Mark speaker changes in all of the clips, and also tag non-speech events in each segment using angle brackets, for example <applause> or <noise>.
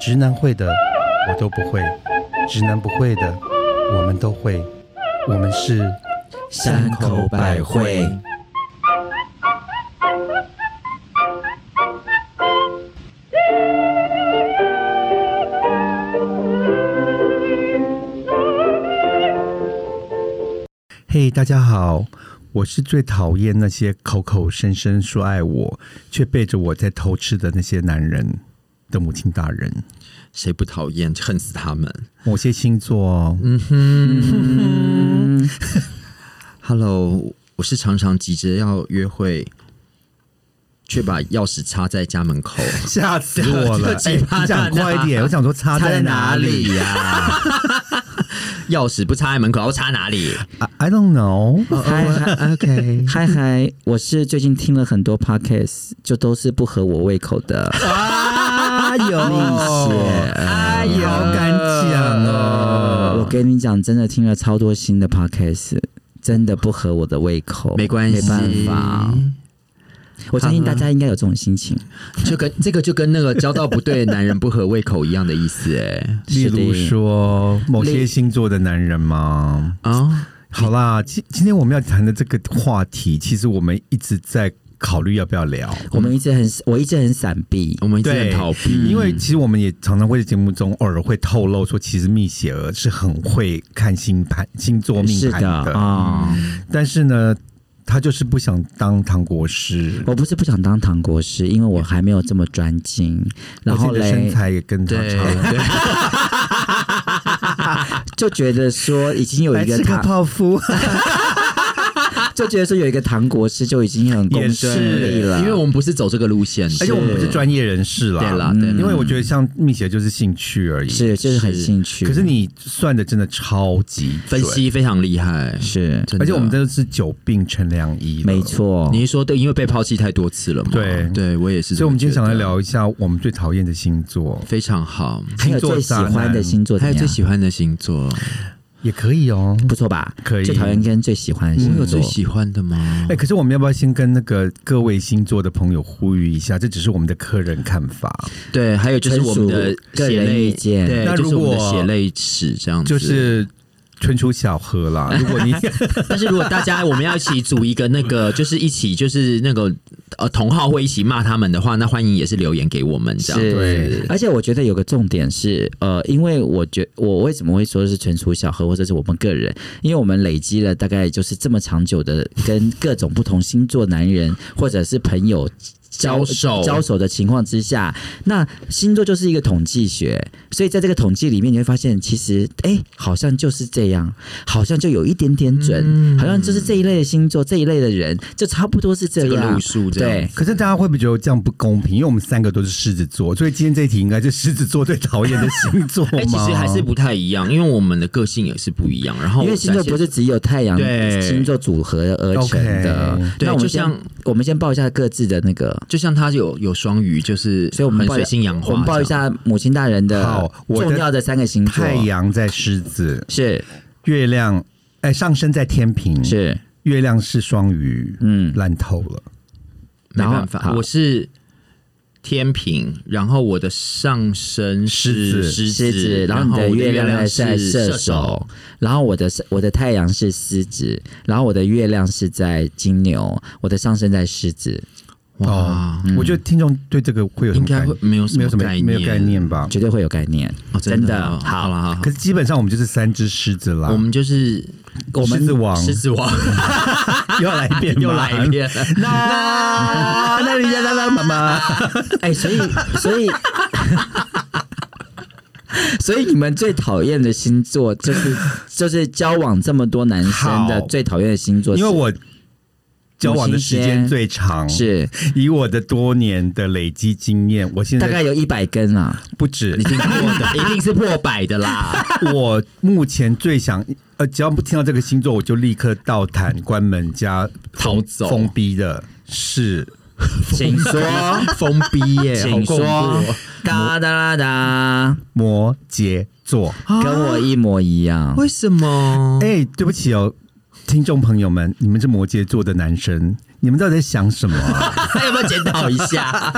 Speaker 1: 直男会的我都不会，直男不会的我们都会，我们是
Speaker 2: 山口百惠。
Speaker 1: 嘿大家好，我是最讨厌那些口口声声说爱我，却背着我在偷吃的那些男人的母亲大人。
Speaker 2: 谁不讨厌？恨死他们！
Speaker 1: 某些星座哦，
Speaker 2: 嗯哼，Hello，我是常常急着要约会，却把钥匙插在家门口，
Speaker 1: 吓死我
Speaker 2: <laughs>
Speaker 1: 了！
Speaker 2: 这鸡巴
Speaker 1: 哎 <laughs> 你讲
Speaker 2: 蛋啊
Speaker 1: 快一点，我想说差
Speaker 2: 插在
Speaker 1: 哪
Speaker 2: 哪里呀、 <laughs> 钥匙不插在门口，要插哪里？
Speaker 1: ？I I don't know。
Speaker 3: 嗨
Speaker 1: <laughs>
Speaker 3: 嗨，OK，嗨嗨，我是最近听了很多 podcast，就都是不合我胃口的。
Speaker 1: 啊有，
Speaker 2: 哎呦
Speaker 1: 好敢讲哦！
Speaker 3: 我跟你讲，真的听了超多新的 podcast，真的不合我的胃口。
Speaker 2: 没关系，
Speaker 3: 没办法，我相信大家应该有这种心情。
Speaker 2: 就跟这个就跟那个交到不对的男人不合胃口一样的意思、哎
Speaker 1: 例如说某些星座的男人吗？
Speaker 2: 啊、
Speaker 1: 好啦，今今天我们要谈的这个话题，其实我们一直在考虑要不要聊。
Speaker 3: 我们一直很，我一直很闪避。
Speaker 2: 我们一直很
Speaker 1: 对
Speaker 2: 逃避，
Speaker 1: 因为其实我们也常常会在节目中偶尔会透露说，其实蜜雪儿是很会看星盘、星座命
Speaker 3: 是
Speaker 1: 盘
Speaker 3: 的啊、
Speaker 1: 嗯但是呢，她就是不想当唐国师，
Speaker 3: 我不是不想当唐国师，因为我还没有这么专精。然后
Speaker 1: 而且你的身
Speaker 3: 嘞，
Speaker 1: 材也跟她
Speaker 2: 对
Speaker 1: 差不多。
Speaker 2: 对。
Speaker 3: 就觉得说已经有
Speaker 1: 来
Speaker 3: 一个
Speaker 1: 吃个
Speaker 3: 唐，
Speaker 1: 泡
Speaker 3: <laughs>
Speaker 1: 芙，
Speaker 3: 就觉得说有一个唐国师就已经很
Speaker 1: 也
Speaker 3: 公
Speaker 1: 是
Speaker 3: 顺利了，
Speaker 2: 因为我们不是走这个路线的，
Speaker 1: 而且我们不是专业人士啦，
Speaker 2: 对啦对啦
Speaker 1: 因为我觉得像蜜雪就是兴趣而已，
Speaker 3: 嗯是，就是很
Speaker 2: 嗯是
Speaker 3: 兴趣。
Speaker 1: 可是你算的真的超级
Speaker 2: 分
Speaker 1: 准，
Speaker 2: 析非常厉害，
Speaker 3: 是，
Speaker 2: 真的
Speaker 1: 而且我们真的是久病成良医，
Speaker 3: 没。错
Speaker 2: 你，是说对，因为被抛弃太多次了嘛？
Speaker 1: 对
Speaker 2: 对我也是这么觉得。
Speaker 1: 所以，我们今天想来聊一下我们最讨厌的星座，
Speaker 2: 非常好，
Speaker 3: 还有
Speaker 1: 星座
Speaker 3: 最喜
Speaker 1: 渣
Speaker 3: 欢的
Speaker 1: 男
Speaker 3: 星座怎
Speaker 2: 还
Speaker 3: 么
Speaker 2: 有
Speaker 3: 样，
Speaker 2: 最喜欢的星座，
Speaker 1: 也可以哦。
Speaker 3: 不错吧？
Speaker 1: 可以
Speaker 3: 最讨厌跟最喜欢的
Speaker 2: 我
Speaker 3: 星
Speaker 2: 有
Speaker 3: 座
Speaker 2: 最，喜欢的吗
Speaker 1: 哎、？可是我们要不要先跟那个各位星座的朋友呼吁一下？这只是我们的客人看法，
Speaker 2: 对，还有就是我们的
Speaker 3: 纯属个
Speaker 2: 血
Speaker 3: 人
Speaker 2: 泪
Speaker 3: 意见
Speaker 2: 对，
Speaker 1: 那
Speaker 2: 就是
Speaker 1: 如
Speaker 2: 我们
Speaker 1: 果
Speaker 2: 的血泪史这样子。
Speaker 1: 就，是纯属小喝啦。如果你
Speaker 2: <laughs> 但是如果大家我们要一起组一个那个，就是一起就是那个呃同号会一起骂他们的话，那欢迎也是留言给我们这样。
Speaker 1: 对
Speaker 3: 是。而且我觉得有个重点是，呃，因为我觉我为什么会说是纯属小和，或者是我们个人，因为我们累积了大概就是这么长久的跟各种不同星座男人或者是朋友。
Speaker 2: 交手
Speaker 3: 交手的情况之下，那星座就是一个统计学，所以在这个统计里面，你会发现其实哎、好像就是这样，好像就有一点点准，
Speaker 2: 嗯
Speaker 3: 好像就是这一类的星座，这一类的人，就差不多是这
Speaker 2: 这个
Speaker 3: 样
Speaker 2: 路。数这样
Speaker 3: 对
Speaker 2: 子。，
Speaker 1: 可是大家会不会觉得这样不公平？因为我们三个都是狮子座，所以今天这一题应该是狮子座最讨厌的星座
Speaker 2: 哎、其
Speaker 1: 吗？
Speaker 2: 实还是不太一样，因为我们的个性也是不一样。然后
Speaker 3: 因为星座不是只有太阳
Speaker 2: 哦对
Speaker 3: 星座组合而成的
Speaker 1: OK，。
Speaker 2: 对
Speaker 3: 那我
Speaker 2: 就
Speaker 3: 们
Speaker 2: 像
Speaker 3: 先我们先报一下各自的那个，
Speaker 2: 就像他有有双鱼，就是
Speaker 3: 所以我们
Speaker 2: 很
Speaker 3: 报一
Speaker 2: 水性杨花，
Speaker 3: 我们报一。下母亲大人的
Speaker 1: 好我的
Speaker 3: 重要的三个星座。
Speaker 1: 太阳在狮子，
Speaker 3: 是
Speaker 1: 月亮哎、上升在天平，
Speaker 3: 是，
Speaker 1: 月亮是双鱼，
Speaker 3: 嗯，
Speaker 1: 烂透了。
Speaker 2: 没
Speaker 3: 然后
Speaker 2: 办法，
Speaker 3: 好
Speaker 2: 我是天平，然后我的上身
Speaker 1: 狮
Speaker 2: 是
Speaker 1: 子
Speaker 2: 狮
Speaker 3: 狮子，然
Speaker 2: 然
Speaker 3: 后你
Speaker 2: 我
Speaker 3: 的
Speaker 2: 的
Speaker 3: 月
Speaker 2: 亮
Speaker 3: 亮在
Speaker 2: 是
Speaker 3: 射手，哦然后我的我的太阳是狮子，然后我的月亮是在金牛，我的上升在狮子，
Speaker 2: 哇，
Speaker 1: 我觉得听众对这个会有什
Speaker 2: 应
Speaker 1: 么
Speaker 2: 该
Speaker 1: 概
Speaker 2: 会没有什么
Speaker 1: 没有什么
Speaker 2: 概念
Speaker 1: 没有概念吧？
Speaker 3: 绝对会有概念。
Speaker 2: 哦真
Speaker 3: 真的啊
Speaker 2: 哦好了好了
Speaker 1: 可，是基本上我们就是三只狮子啦
Speaker 2: 我，们就是
Speaker 3: 我
Speaker 1: 狮
Speaker 3: 们
Speaker 1: 子王
Speaker 2: 狮子王
Speaker 1: 又要来一遍吗，
Speaker 2: <laughs> 又
Speaker 3: <laughs>
Speaker 2: 来一遍，
Speaker 1: 啦。那你家啦啦妈妈，
Speaker 3: 哎、所以所以所以你们最讨厌的星座就是就是交往这么多男生的
Speaker 1: 好
Speaker 3: 最讨厌的星座是，
Speaker 1: 因为我交往的时间最长，
Speaker 3: 是
Speaker 1: 以我的多年的累积经验，我现
Speaker 3: 大概
Speaker 1: 在
Speaker 3: 有一百根啊，
Speaker 1: <laughs> 不止
Speaker 2: 你。听过的， <laughs> 一定是破百的啦。
Speaker 1: <laughs> 我目前最想，呃，只要听到这个星座，我就立刻倒弹、关门加
Speaker 2: 逃走
Speaker 1: 封闭的是。
Speaker 3: <laughs>
Speaker 2: <laughs>
Speaker 3: 请说，
Speaker 2: 封闭耶，好
Speaker 3: 请
Speaker 2: 恐怖
Speaker 3: 说
Speaker 2: 哦，
Speaker 3: 哒哒哒
Speaker 1: 摩羯座。
Speaker 2: 哦
Speaker 3: 哒，跟我一模一样。
Speaker 2: 为什么？
Speaker 1: 哎、对不起哦，听众朋友们，你们是摩羯座的男生，你们到底在想什么、
Speaker 2: <laughs>
Speaker 1: 啊？
Speaker 3: <laughs>
Speaker 2: 还有没有检讨一下？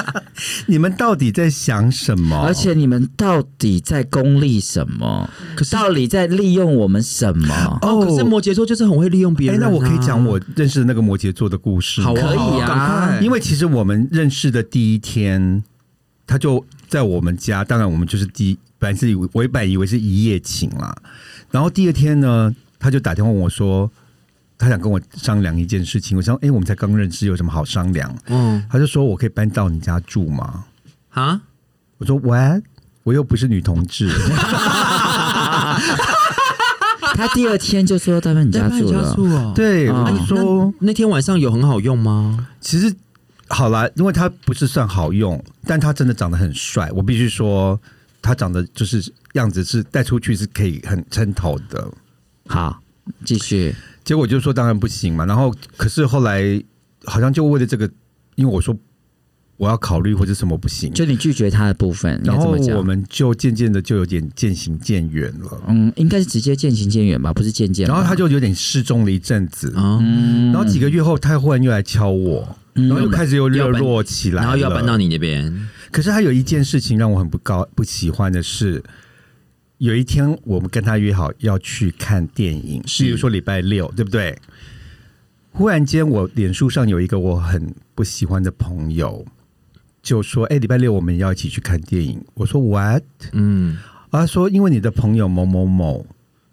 Speaker 1: 你们到底在想什么？
Speaker 3: 而且你们到底在功利什么？到底在利用我们
Speaker 2: <laughs>
Speaker 3: 什么？
Speaker 2: 哦，可是摩羯座就是很会利用别
Speaker 1: 哎、
Speaker 2: 人、啊
Speaker 1: 那我可以讲我认识的那个摩羯座的故事吗。
Speaker 2: 好啊，
Speaker 3: 可以啊
Speaker 2: 赶快
Speaker 1: 因为其实我们认识的第一天，他就在我们家，当然我们就是第一本来是以为我本来以为是一夜情啦，然后第二天呢，他就打电话问我说，他想跟我商量一件事情，我想，哎、我们才刚认识，有什么好商量？
Speaker 2: 嗯
Speaker 1: 他就说我可以搬到你家住吗？
Speaker 2: 啊，
Speaker 1: 我说喂，我又不是女同志，
Speaker 3: 他第二天就说到你家住
Speaker 2: 加
Speaker 3: 了
Speaker 2: 速，哦。， <laughs>
Speaker 1: 对，
Speaker 3: 哦
Speaker 1: 我就说
Speaker 2: 那天晚上有很好用吗？
Speaker 1: 其实好啦，因为他不是算好用，但他真的长得很帅，我必须说，他长得就是样子是带出去是可以很撑头的。
Speaker 3: 好，继续。
Speaker 1: 结果我就说当然不行嘛，然后可是后来好像就为了这个，因为我说我要考虑或者什么不行，
Speaker 3: 就你拒绝他的部分，应该
Speaker 1: 然
Speaker 3: 这
Speaker 1: 后
Speaker 3: 么讲
Speaker 1: 我们就渐渐的就有点渐行渐远了。
Speaker 3: 嗯，应该是直接渐行渐远吧，不是渐渐吧。
Speaker 1: 然后他就有点失踪了一阵子，
Speaker 2: 啊、
Speaker 3: 嗯，
Speaker 1: 然后几个月后他忽然又来敲我，
Speaker 3: 嗯
Speaker 1: 然后又开始又热
Speaker 2: 要搬
Speaker 1: 络起来了，
Speaker 2: 然后又要搬到你那边，
Speaker 1: 可是他有一件事情让我很不高不喜欢的是，有一天我们跟他约好要去看电影，
Speaker 2: 是
Speaker 1: 比如说礼拜六，对不对？忽然间，我脸书上有一个我很不喜欢的朋友，就说：“哎、礼拜六我们要一起去看电影。”我说：“What？”
Speaker 2: 嗯，
Speaker 1: 啊，他说：“因为你的朋友某某某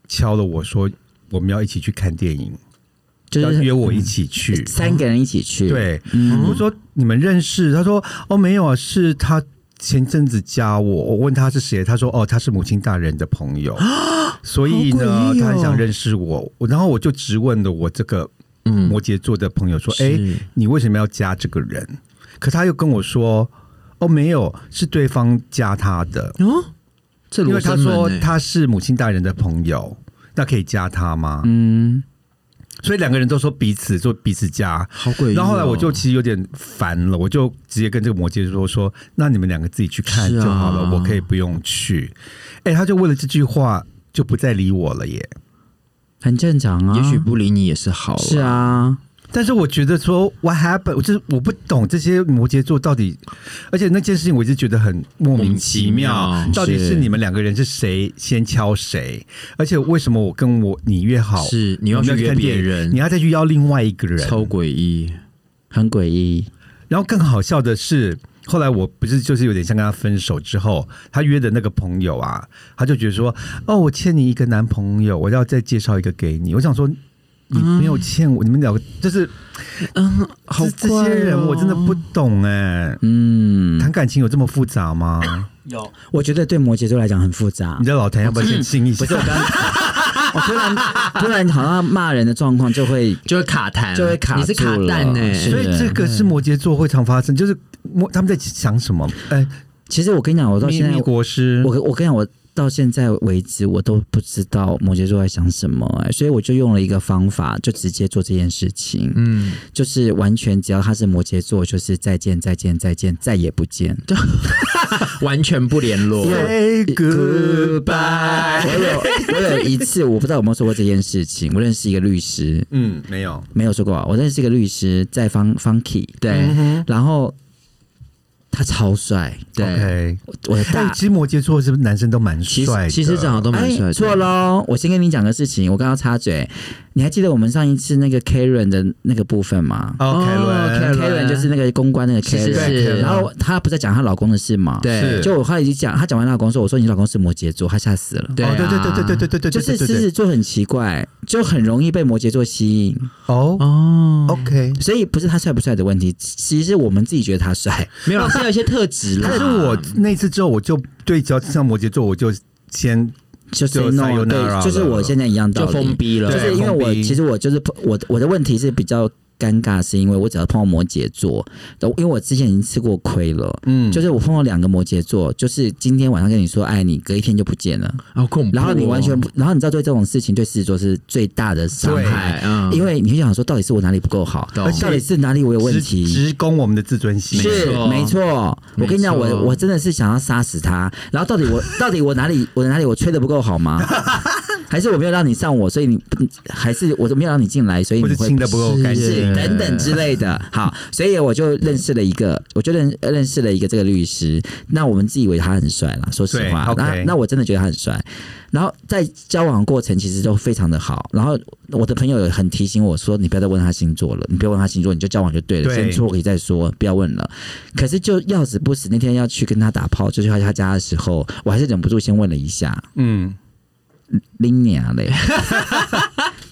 Speaker 1: 敲了我说我们要一起去看电影，
Speaker 3: 就
Speaker 1: 要
Speaker 3: 是嗯
Speaker 1: 约我一起去。
Speaker 3: 三个人一起去，，
Speaker 1: 对，
Speaker 3: 嗯
Speaker 1: 我说你们认识？他说哦没有啊，是他前阵子加我，我问他是谁，他说哦他是母亲大人的朋友，所以
Speaker 2: 啊好
Speaker 1: 呢、
Speaker 2: 诡异哦
Speaker 1: 他很想认识我，我然后我就直问了我这个
Speaker 2: 嗯
Speaker 1: 摩羯座的朋友说，哎、
Speaker 2: 是
Speaker 1: 你为什么要加这个人？可他又跟我说。哦，没有，是对方加他的，
Speaker 2: 哦，这
Speaker 1: 因
Speaker 2: 罗
Speaker 1: 为他
Speaker 2: 生门
Speaker 1: 说
Speaker 2: 欸
Speaker 1: 他是母亲大人的朋友，那可以加他吗？
Speaker 3: 嗯，
Speaker 1: 所以两个人都说彼此做彼此加，
Speaker 2: 好诡异哦、
Speaker 1: 然后后来我就其实有点烦了，我就直接跟这个摩羯说说，那你们两个自己去看
Speaker 2: 是啊
Speaker 1: 就好了，我可以不用去。哎、他就为了这句话就不再理我了耶。
Speaker 3: 很正常啊，
Speaker 2: 也许不理你也是好，
Speaker 3: 是，啊，
Speaker 1: 但是我觉得说 what happened，我就是我不懂这些摩羯座到底，而且那件事情我就觉得很莫名其妙，
Speaker 2: 莫名其
Speaker 1: 到
Speaker 2: 妙
Speaker 1: 底
Speaker 3: 是
Speaker 1: 是你们两个人是谁先敲谁？而且为什么我跟我你约好
Speaker 2: 是你要
Speaker 1: 我
Speaker 2: 去
Speaker 1: 们
Speaker 2: 约
Speaker 1: 看
Speaker 2: 别
Speaker 1: 电影
Speaker 2: 人
Speaker 1: 你，要再去邀另外一个人？
Speaker 2: 超诡异，
Speaker 3: 很诡异，
Speaker 1: 然后更好笑的是，后来我不是就是有点像跟他分手之后，他约的那个朋友啊，他就觉得说，哦，我欠你一个男朋友，我要再介绍一个给你。我想说，你没有欠我，你们两个就是
Speaker 2: 嗯，好
Speaker 1: 这这
Speaker 2: 怪哦、
Speaker 1: 些人，我真的不懂哎、
Speaker 3: 嗯，
Speaker 1: 谈感情有这么复杂吗？
Speaker 3: <coughs> 我觉得对摩羯座来讲很复 <laughs> 杂
Speaker 1: 你。的老谭要不要先亲一下？
Speaker 3: 我突然突然好像骂人的状况就会，
Speaker 2: 就会卡痰，
Speaker 3: 就会卡
Speaker 2: 你是卡蛋
Speaker 3: 住了
Speaker 2: 呢、
Speaker 3: 是嗯
Speaker 1: 所以这个是摩羯座会常发生，就是摩他们在想什么？哎，
Speaker 3: 其实我跟你讲，我到
Speaker 1: 秘
Speaker 3: 现在
Speaker 1: 密国师，
Speaker 3: 我我跟你讲，我到现在为止，我都不知道摩羯座在想什么、哎，所以我就用了一个方法，就直接做这件事情，
Speaker 2: 嗯，
Speaker 3: 就是完全只要他是摩羯座，就是再见再见再见，再也不
Speaker 2: <laughs>
Speaker 3: 见。
Speaker 2: 完全不联络，
Speaker 1: Say goodbye。
Speaker 3: 我有我有一次，我不知道有没有说过这件事情，我认识一个律师，
Speaker 1: 嗯，没有。
Speaker 3: 没有哎说过啊，我认识一个律师在方 Funky，对，
Speaker 1: 嗯
Speaker 3: 然后他超帅，哎
Speaker 2: 对
Speaker 1: OK
Speaker 2: 哦
Speaker 3: 我我的
Speaker 1: 但
Speaker 3: 大
Speaker 1: 其实摩羯座是不是男生都蛮
Speaker 2: 其
Speaker 1: 帅
Speaker 2: 实
Speaker 1: 的？
Speaker 2: 其实长得都蛮帅的，
Speaker 3: 哎错喽！我先跟你讲个事情，我刚刚插嘴，你还记得我们上一次那个 Karen 的那个部分吗、
Speaker 1: 哦，凯
Speaker 2: 哦
Speaker 1: 伦，
Speaker 2: ，Karen
Speaker 3: Karen 就是那个公关那个
Speaker 2: 是
Speaker 3: Karen，
Speaker 2: 是
Speaker 1: 对
Speaker 2: 是，
Speaker 3: 然后她不是在讲她老公的事吗？，
Speaker 2: 对
Speaker 1: 是
Speaker 3: 就我后来已经讲，她讲完她老公说，我说你老公是摩羯座，她吓死了。
Speaker 2: 对
Speaker 1: 哦，
Speaker 2: 啊
Speaker 1: 对对对对对对对对，
Speaker 3: 就是
Speaker 1: 对
Speaker 3: 狮
Speaker 1: 对对
Speaker 3: 子座很奇怪，就很容易被摩羯座吸引，
Speaker 1: 哦
Speaker 2: 哦，
Speaker 1: ，OK。
Speaker 3: 所以不是他帅不帅的问题，其实是我们自己觉得他帅。 <laughs>
Speaker 2: 没有啦，是有一些特质啦。
Speaker 1: 可是我那次之后，我就对只要像摩羯座，我就先
Speaker 3: 就
Speaker 1: 就是
Speaker 3: no，对，
Speaker 1: sayonara
Speaker 3: 就是我
Speaker 1: 了
Speaker 3: 现在一样道
Speaker 2: 就
Speaker 3: 理，
Speaker 2: 封闭了，
Speaker 3: 就是
Speaker 1: 对
Speaker 3: 因为我
Speaker 1: 封闭
Speaker 3: 其实我就是我我的问题是比较尴尬，是因为我只要碰到摩羯座，因为我之前已经吃过亏了。
Speaker 1: 嗯，
Speaker 3: 就是我碰到两个摩羯座，就是今天晚上跟你说爱哎你，隔一天就不见了，
Speaker 2: 好恐
Speaker 1: 嗯
Speaker 2: 怖哦，
Speaker 3: 然后你完全不，然后你知道对这种事情对狮子座是最大的伤
Speaker 1: 对
Speaker 3: 害，
Speaker 2: 哎，嗯，
Speaker 3: 因为你会想说到底是我哪里不够好，
Speaker 2: 懂
Speaker 3: 而且到底是哪里我有问
Speaker 1: 直
Speaker 3: 题，
Speaker 1: 直攻我们的自尊心，
Speaker 3: 是
Speaker 2: 没错
Speaker 3: 没错，我跟你讲，
Speaker 2: 没错
Speaker 3: 我我真的是想要杀死他。然后到底我到底我哪里我哪里我吹的不够好吗？还是我没有让你上我，所以你不还是我都没有让你进来，所以
Speaker 1: 或
Speaker 3: 你
Speaker 1: 者
Speaker 3: 会
Speaker 1: 亲的不够干
Speaker 3: 是
Speaker 1: 净
Speaker 3: 等等之类的。好，所以我就认识了一个，我就认认识了一个这个律师。那我们自以为他很帅啦，说实话
Speaker 1: 对，
Speaker 3: 那
Speaker 1: OK
Speaker 3: 那我真的觉得他很帅。然后在交往过程其实都非常的好。然后我的朋友也很提醒我说，你不要再问他星座了，你不要问他星座，你就交往就对了，
Speaker 1: 对
Speaker 3: 先错可以再说，不要问了。可是就要死不死，那天要去跟他打炮，就去他家的时候，我还是忍不住先问了一下，
Speaker 1: 嗯，
Speaker 3: 拎
Speaker 2: <laughs>
Speaker 3: 娘嘞，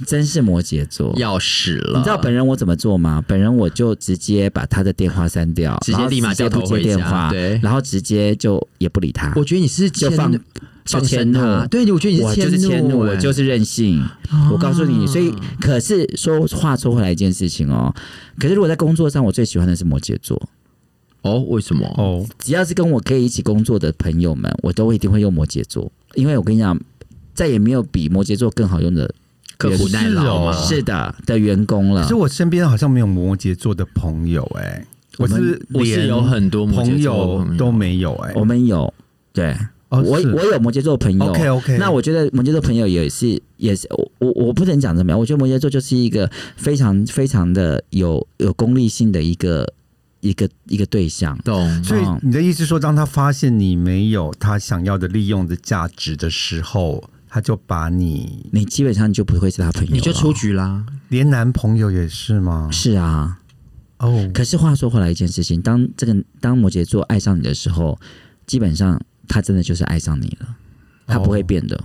Speaker 3: 真是摩羯座。
Speaker 2: 要死了，
Speaker 3: 你知道本人我怎么做吗？本人我就直接把他的电话删掉，
Speaker 2: 直接
Speaker 3: 然后
Speaker 2: 立马掉头
Speaker 3: 不接
Speaker 2: 回家
Speaker 3: 电话，
Speaker 2: 对
Speaker 3: 然后直接就也不理他。
Speaker 2: 我觉得你是迁
Speaker 3: 就放
Speaker 2: 放
Speaker 3: 就迁
Speaker 2: 生他
Speaker 3: 怒
Speaker 2: 对，我觉得你
Speaker 3: 我
Speaker 2: 是
Speaker 3: 就是迁怒，
Speaker 2: 怒
Speaker 1: 哎
Speaker 2: 欸，
Speaker 3: 我就是任性。
Speaker 1: 哦
Speaker 3: 我告诉你，所以可是说话说回来一件事情哦，可是如果在工作上，我最喜欢的是摩羯座。
Speaker 2: 哦，为什么？
Speaker 1: 哦，
Speaker 3: 只要是跟我可以一起工作的朋友们，我都一定会用摩羯座，因为我跟你讲，再也没有比摩羯座更好用的
Speaker 2: 刻苦耐劳嘛，
Speaker 1: 哦
Speaker 3: 是的的员工
Speaker 2: 啊
Speaker 3: 了
Speaker 1: 可是。我身边好像没有摩羯座的朋友哎、
Speaker 2: 我们
Speaker 1: 是
Speaker 2: 我是
Speaker 1: 连
Speaker 2: 有很多摩羯
Speaker 1: 朋
Speaker 2: 座的
Speaker 1: 友
Speaker 2: 朋友
Speaker 1: 都没有哎、
Speaker 3: 我们有对，
Speaker 1: 哦
Speaker 3: 我
Speaker 1: 是
Speaker 2: 嗯
Speaker 3: 我有摩羯座的朋友
Speaker 1: OK，OK
Speaker 3: 那我觉得摩羯座朋友也是也是我我我不能讲怎么样，我觉得摩羯座就是一个非常非常的有有功利性的一个一个一个对象。
Speaker 2: 懂
Speaker 1: 所以你的意思是说，当他发现你没有他想要的利用的价值的时候，他就把你
Speaker 3: 你基本上就不会是他朋友了，
Speaker 2: 你就出局啦。
Speaker 1: 连男朋友也是吗？
Speaker 3: 是啊，
Speaker 1: 哦，
Speaker 3: 可是话说回来，一件事情，当这个当摩羯座爱上你的时候，基本上他真的就是爱上你了，他不会变的。
Speaker 2: 哦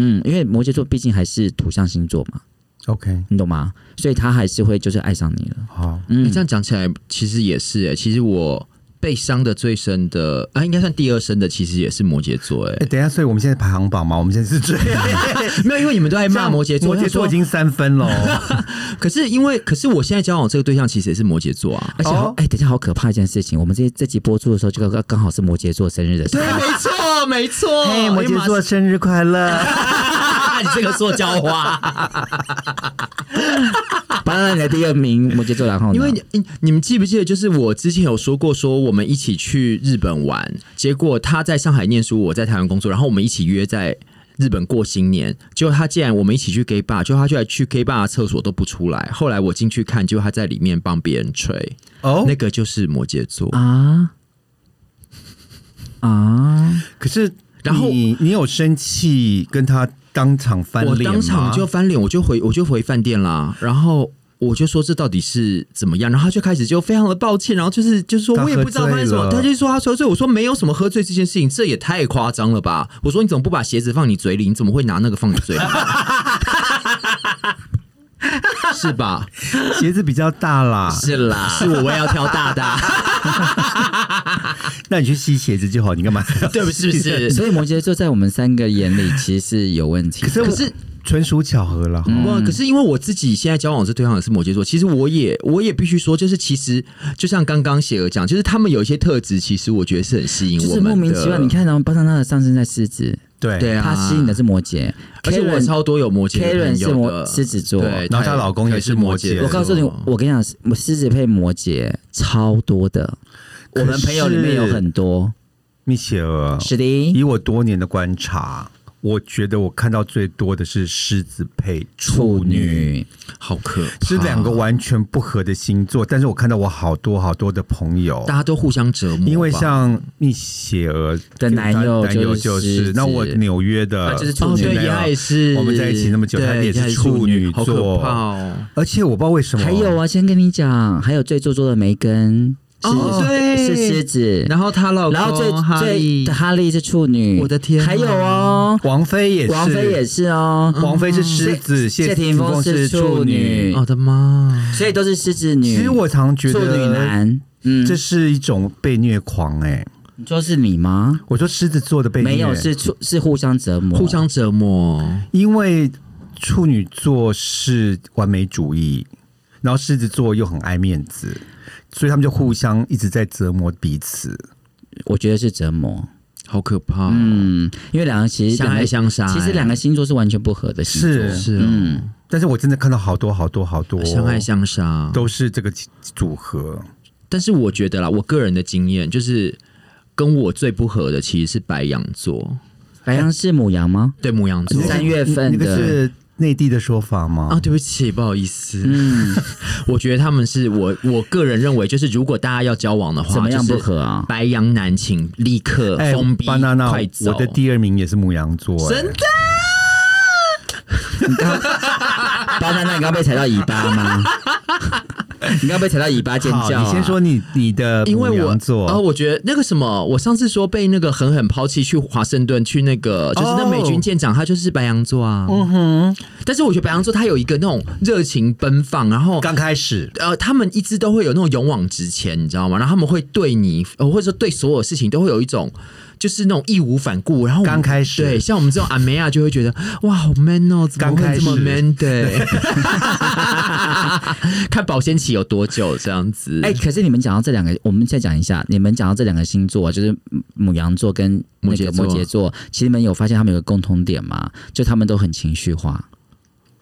Speaker 3: 嗯，因为摩羯座毕竟还是土象星座嘛，
Speaker 1: OK，
Speaker 3: 你懂吗？所以他还是会就是爱上你了。
Speaker 1: 好，
Speaker 2: 你
Speaker 3: 嗯，
Speaker 2: 这样讲起来，其实也是哎，其实我被伤的最深的啊，应该算第二深的，其实也是摩羯座
Speaker 1: 哎、
Speaker 2: 哎。
Speaker 1: 等一下，所以我们现在排行榜嘛，我们现在是最
Speaker 2: <laughs> 没有，因为你们都爱 <laughs> 骂摩羯
Speaker 1: <laughs>
Speaker 2: 座，
Speaker 1: 摩羯座
Speaker 2: 我
Speaker 1: 已
Speaker 2: 想说
Speaker 1: 经三分了。
Speaker 2: <laughs> 可是因为，可是我现在交往这个对象其实也是摩羯座啊。 <laughs>
Speaker 3: 而且好
Speaker 1: 哦
Speaker 3: 哎、等一下，好可怕一件事情，我们这这集播出的时候，就刚刚好是摩羯座生日的时候。
Speaker 2: 没错，没 <laughs> 错哎
Speaker 1: 嘿，哦哎摩羯座，生日快
Speaker 2: <laughs>
Speaker 1: 乐！
Speaker 2: 你这个塑胶 <laughs> 花。
Speaker 3: 巴拉你的第二名，摩羯座，然后呢
Speaker 2: 因为你你你们记不记得，就是我之前有说过，说我们一起去日本玩，结果他在上海念书，我在台湾工作，然后我们一起约在。日本过新年，结果他竟然我们一起去 gay bar，结果他居然去 gay bar 的厕所都不出来。后来我进去看，结果他在里面帮别人吹，
Speaker 1: 哦
Speaker 2: 那，个就是摩羯座。
Speaker 3: 啊啊，
Speaker 1: 可是
Speaker 2: 然后
Speaker 1: 你你有生气跟他当场翻
Speaker 2: 我
Speaker 1: 脸吗？
Speaker 2: 当场就翻脸，我就回我就回饭店啦，然后。我就说这到底是怎么样，然后他就开始就非常的抱歉，然后就是就是说
Speaker 1: 他
Speaker 2: 我也不知道
Speaker 1: 喝
Speaker 2: 发
Speaker 1: 醉
Speaker 2: 生什么，
Speaker 1: 了
Speaker 2: 他就说他喝醉，我说没有什么喝醉这件事情，这也太夸张了吧？我说你怎么不把鞋子放你嘴里，你怎么会拿那个放你嘴里？是吧？
Speaker 1: 鞋子比较大啦，
Speaker 2: <laughs> 是啦，是我我也要挑大的啊，
Speaker 1: 那你去吸鞋子就好，你干嘛？
Speaker 2: <laughs> 对
Speaker 1: <laughs>
Speaker 2: 不是不 <laughs> 是？
Speaker 3: 所以摩羯座在我们三个眼里其实是有问题的。
Speaker 1: 可是我
Speaker 2: 可是嗯
Speaker 1: 纯属巧合了。
Speaker 3: 嗯
Speaker 2: 哇！可是因为我自己现在交往这对象也是摩羯座，其实我也我也必须说，就是其实就像刚刚谢儿讲，就是他们有一些特质，其实我觉得是很吸引
Speaker 3: 就
Speaker 2: 我们
Speaker 3: 是
Speaker 2: 的。
Speaker 3: 莫名其妙，你，看，然后巴上他的上升在狮子，
Speaker 1: 对
Speaker 2: 对啊，
Speaker 3: 他吸引的是摩羯，
Speaker 2: 而且我
Speaker 3: Karen-
Speaker 2: 超多有摩羯的
Speaker 3: Karen
Speaker 2: 朋友
Speaker 3: 是摩
Speaker 2: 的
Speaker 3: 狮子座
Speaker 2: 对，
Speaker 1: 然后她老公也是摩羯
Speaker 2: 她也是
Speaker 1: 我
Speaker 2: 摩羯座。
Speaker 3: 我告诉你，
Speaker 2: 哦
Speaker 3: 我跟你讲，我狮子配摩羯超多的，
Speaker 1: 可哦
Speaker 3: 我们朋友里面有很多。
Speaker 1: 米歇尔，
Speaker 3: 是
Speaker 1: 以
Speaker 3: 的，
Speaker 1: 我多年的观察，我觉得我看到最多的是狮子配处
Speaker 3: 处
Speaker 1: 女。
Speaker 3: 女，
Speaker 2: 好可怕，
Speaker 1: 是两个完全不合的星座，但是我看到我好多好多的朋友
Speaker 2: 大，家都互相折磨吧，
Speaker 1: 因为像蜜雪儿
Speaker 3: 的男友
Speaker 1: 男友
Speaker 3: 就
Speaker 1: 就是
Speaker 3: 狮子
Speaker 1: 是，那我纽约
Speaker 3: 啊
Speaker 1: 的
Speaker 3: 就是处
Speaker 2: 哦，
Speaker 3: 女
Speaker 2: 对，
Speaker 1: 男友
Speaker 2: 他也是，
Speaker 1: 我们在一起那么久
Speaker 2: 对
Speaker 1: 她也是
Speaker 2: 她
Speaker 1: 处女
Speaker 2: 好可
Speaker 1: 座
Speaker 2: 怕哦。
Speaker 1: 而且我不知道为什么，
Speaker 3: 还有啊，先跟你讲，还有最做作的梅根是、
Speaker 2: 哦对
Speaker 3: 是狮子，
Speaker 2: 然后她老公，
Speaker 3: 然后最
Speaker 2: 哈利
Speaker 3: 最哈利是处女，
Speaker 2: 我的天啊
Speaker 3: 还有哦，
Speaker 1: 王菲也是，
Speaker 3: 王菲也是哦，
Speaker 1: 王菲是狮子，
Speaker 3: 谢
Speaker 1: 谢
Speaker 3: 霆锋
Speaker 1: 锋
Speaker 3: 是处
Speaker 1: 处
Speaker 3: 女
Speaker 2: 我的哦妈，
Speaker 3: 所以都是狮子女，
Speaker 1: 其实我常觉
Speaker 3: 处女
Speaker 1: 得，
Speaker 3: 男，嗯，
Speaker 1: 这是一种被虐狂哎、
Speaker 3: 你说是你吗？
Speaker 1: 我说狮子座的被虐，
Speaker 3: 没有，是处是互相折磨，
Speaker 2: 互相折磨。
Speaker 1: 因为处女座是完美主义，然后狮子座又很爱面子，所以他们就互相一直在折磨彼此。
Speaker 3: 我觉得是折磨。
Speaker 2: 好可怕，
Speaker 3: 嗯，因为两个其实
Speaker 2: 相
Speaker 3: 两
Speaker 2: 爱
Speaker 3: 个
Speaker 2: 相杀、哎
Speaker 3: 其实两
Speaker 2: 个
Speaker 3: 个星座是完全不合的星座。
Speaker 1: 是
Speaker 2: 是、嗯，
Speaker 1: 但是我真的看到好多好多好多
Speaker 2: 相爱相杀。
Speaker 1: 都是这个组合，
Speaker 2: 但是我觉得啦，我个人的经验就是，跟我最不合的其实是白羊座。
Speaker 3: 白羊是母羊吗？
Speaker 2: 对母羊座
Speaker 3: 你三月份
Speaker 1: 那个
Speaker 3: 的
Speaker 1: 是内地的说法吗？
Speaker 2: 啊，对不起，不好意思，
Speaker 3: 嗯，
Speaker 2: 我觉得他们是我我个人认为，就是如果大家要交往的话，
Speaker 3: <laughs> 怎么样
Speaker 2: 就是
Speaker 3: 不合啊
Speaker 2: 白羊男请立刻
Speaker 1: 哎
Speaker 2: 封闭，
Speaker 1: ，banana，
Speaker 2: 快走！
Speaker 1: 我的第二名也是母羊座、哎
Speaker 2: 真的
Speaker 3: 包娜娜，你刚被踩到尾巴
Speaker 1: <laughs>
Speaker 3: 吗？你刚被踩到尾巴尖
Speaker 1: 好，
Speaker 3: 叫、啊？
Speaker 1: 你先说你你的
Speaker 2: 因为
Speaker 1: 母
Speaker 2: 我
Speaker 1: 羊座，
Speaker 2: 啊、我觉得那个什么，我上次说被那个狠狠抛弃去华盛顿去那个，就是那
Speaker 1: 哦
Speaker 2: 美军舰长，他就是白羊座啊。嗯哼，但是我觉得白羊座他有一个那种热情奔放，然后
Speaker 1: 刚开始
Speaker 2: 呃，他们一直都会有那种勇往直前，你知道吗？然后他们会对你，呃或者说对所有事情都会有一种。就是那种义无反顾，然后我们
Speaker 1: 刚开始
Speaker 2: 对，像我们这种阿梅亚就会觉得哇，好 man 哦，怎
Speaker 1: 刚
Speaker 2: 么会
Speaker 1: 开
Speaker 2: 这么
Speaker 1: 始
Speaker 2: man 的？
Speaker 1: <laughs>
Speaker 2: <laughs> 看保鲜期有多久这样子？
Speaker 3: 哎、可是你们讲到这两个，我们再讲一下，你们讲到这两个星座，就是母羊座跟那
Speaker 2: 摩羯
Speaker 3: 个
Speaker 2: 座
Speaker 3: 摩羯座，其实你们有发现他们有个共通点吗？就他们都很情绪化，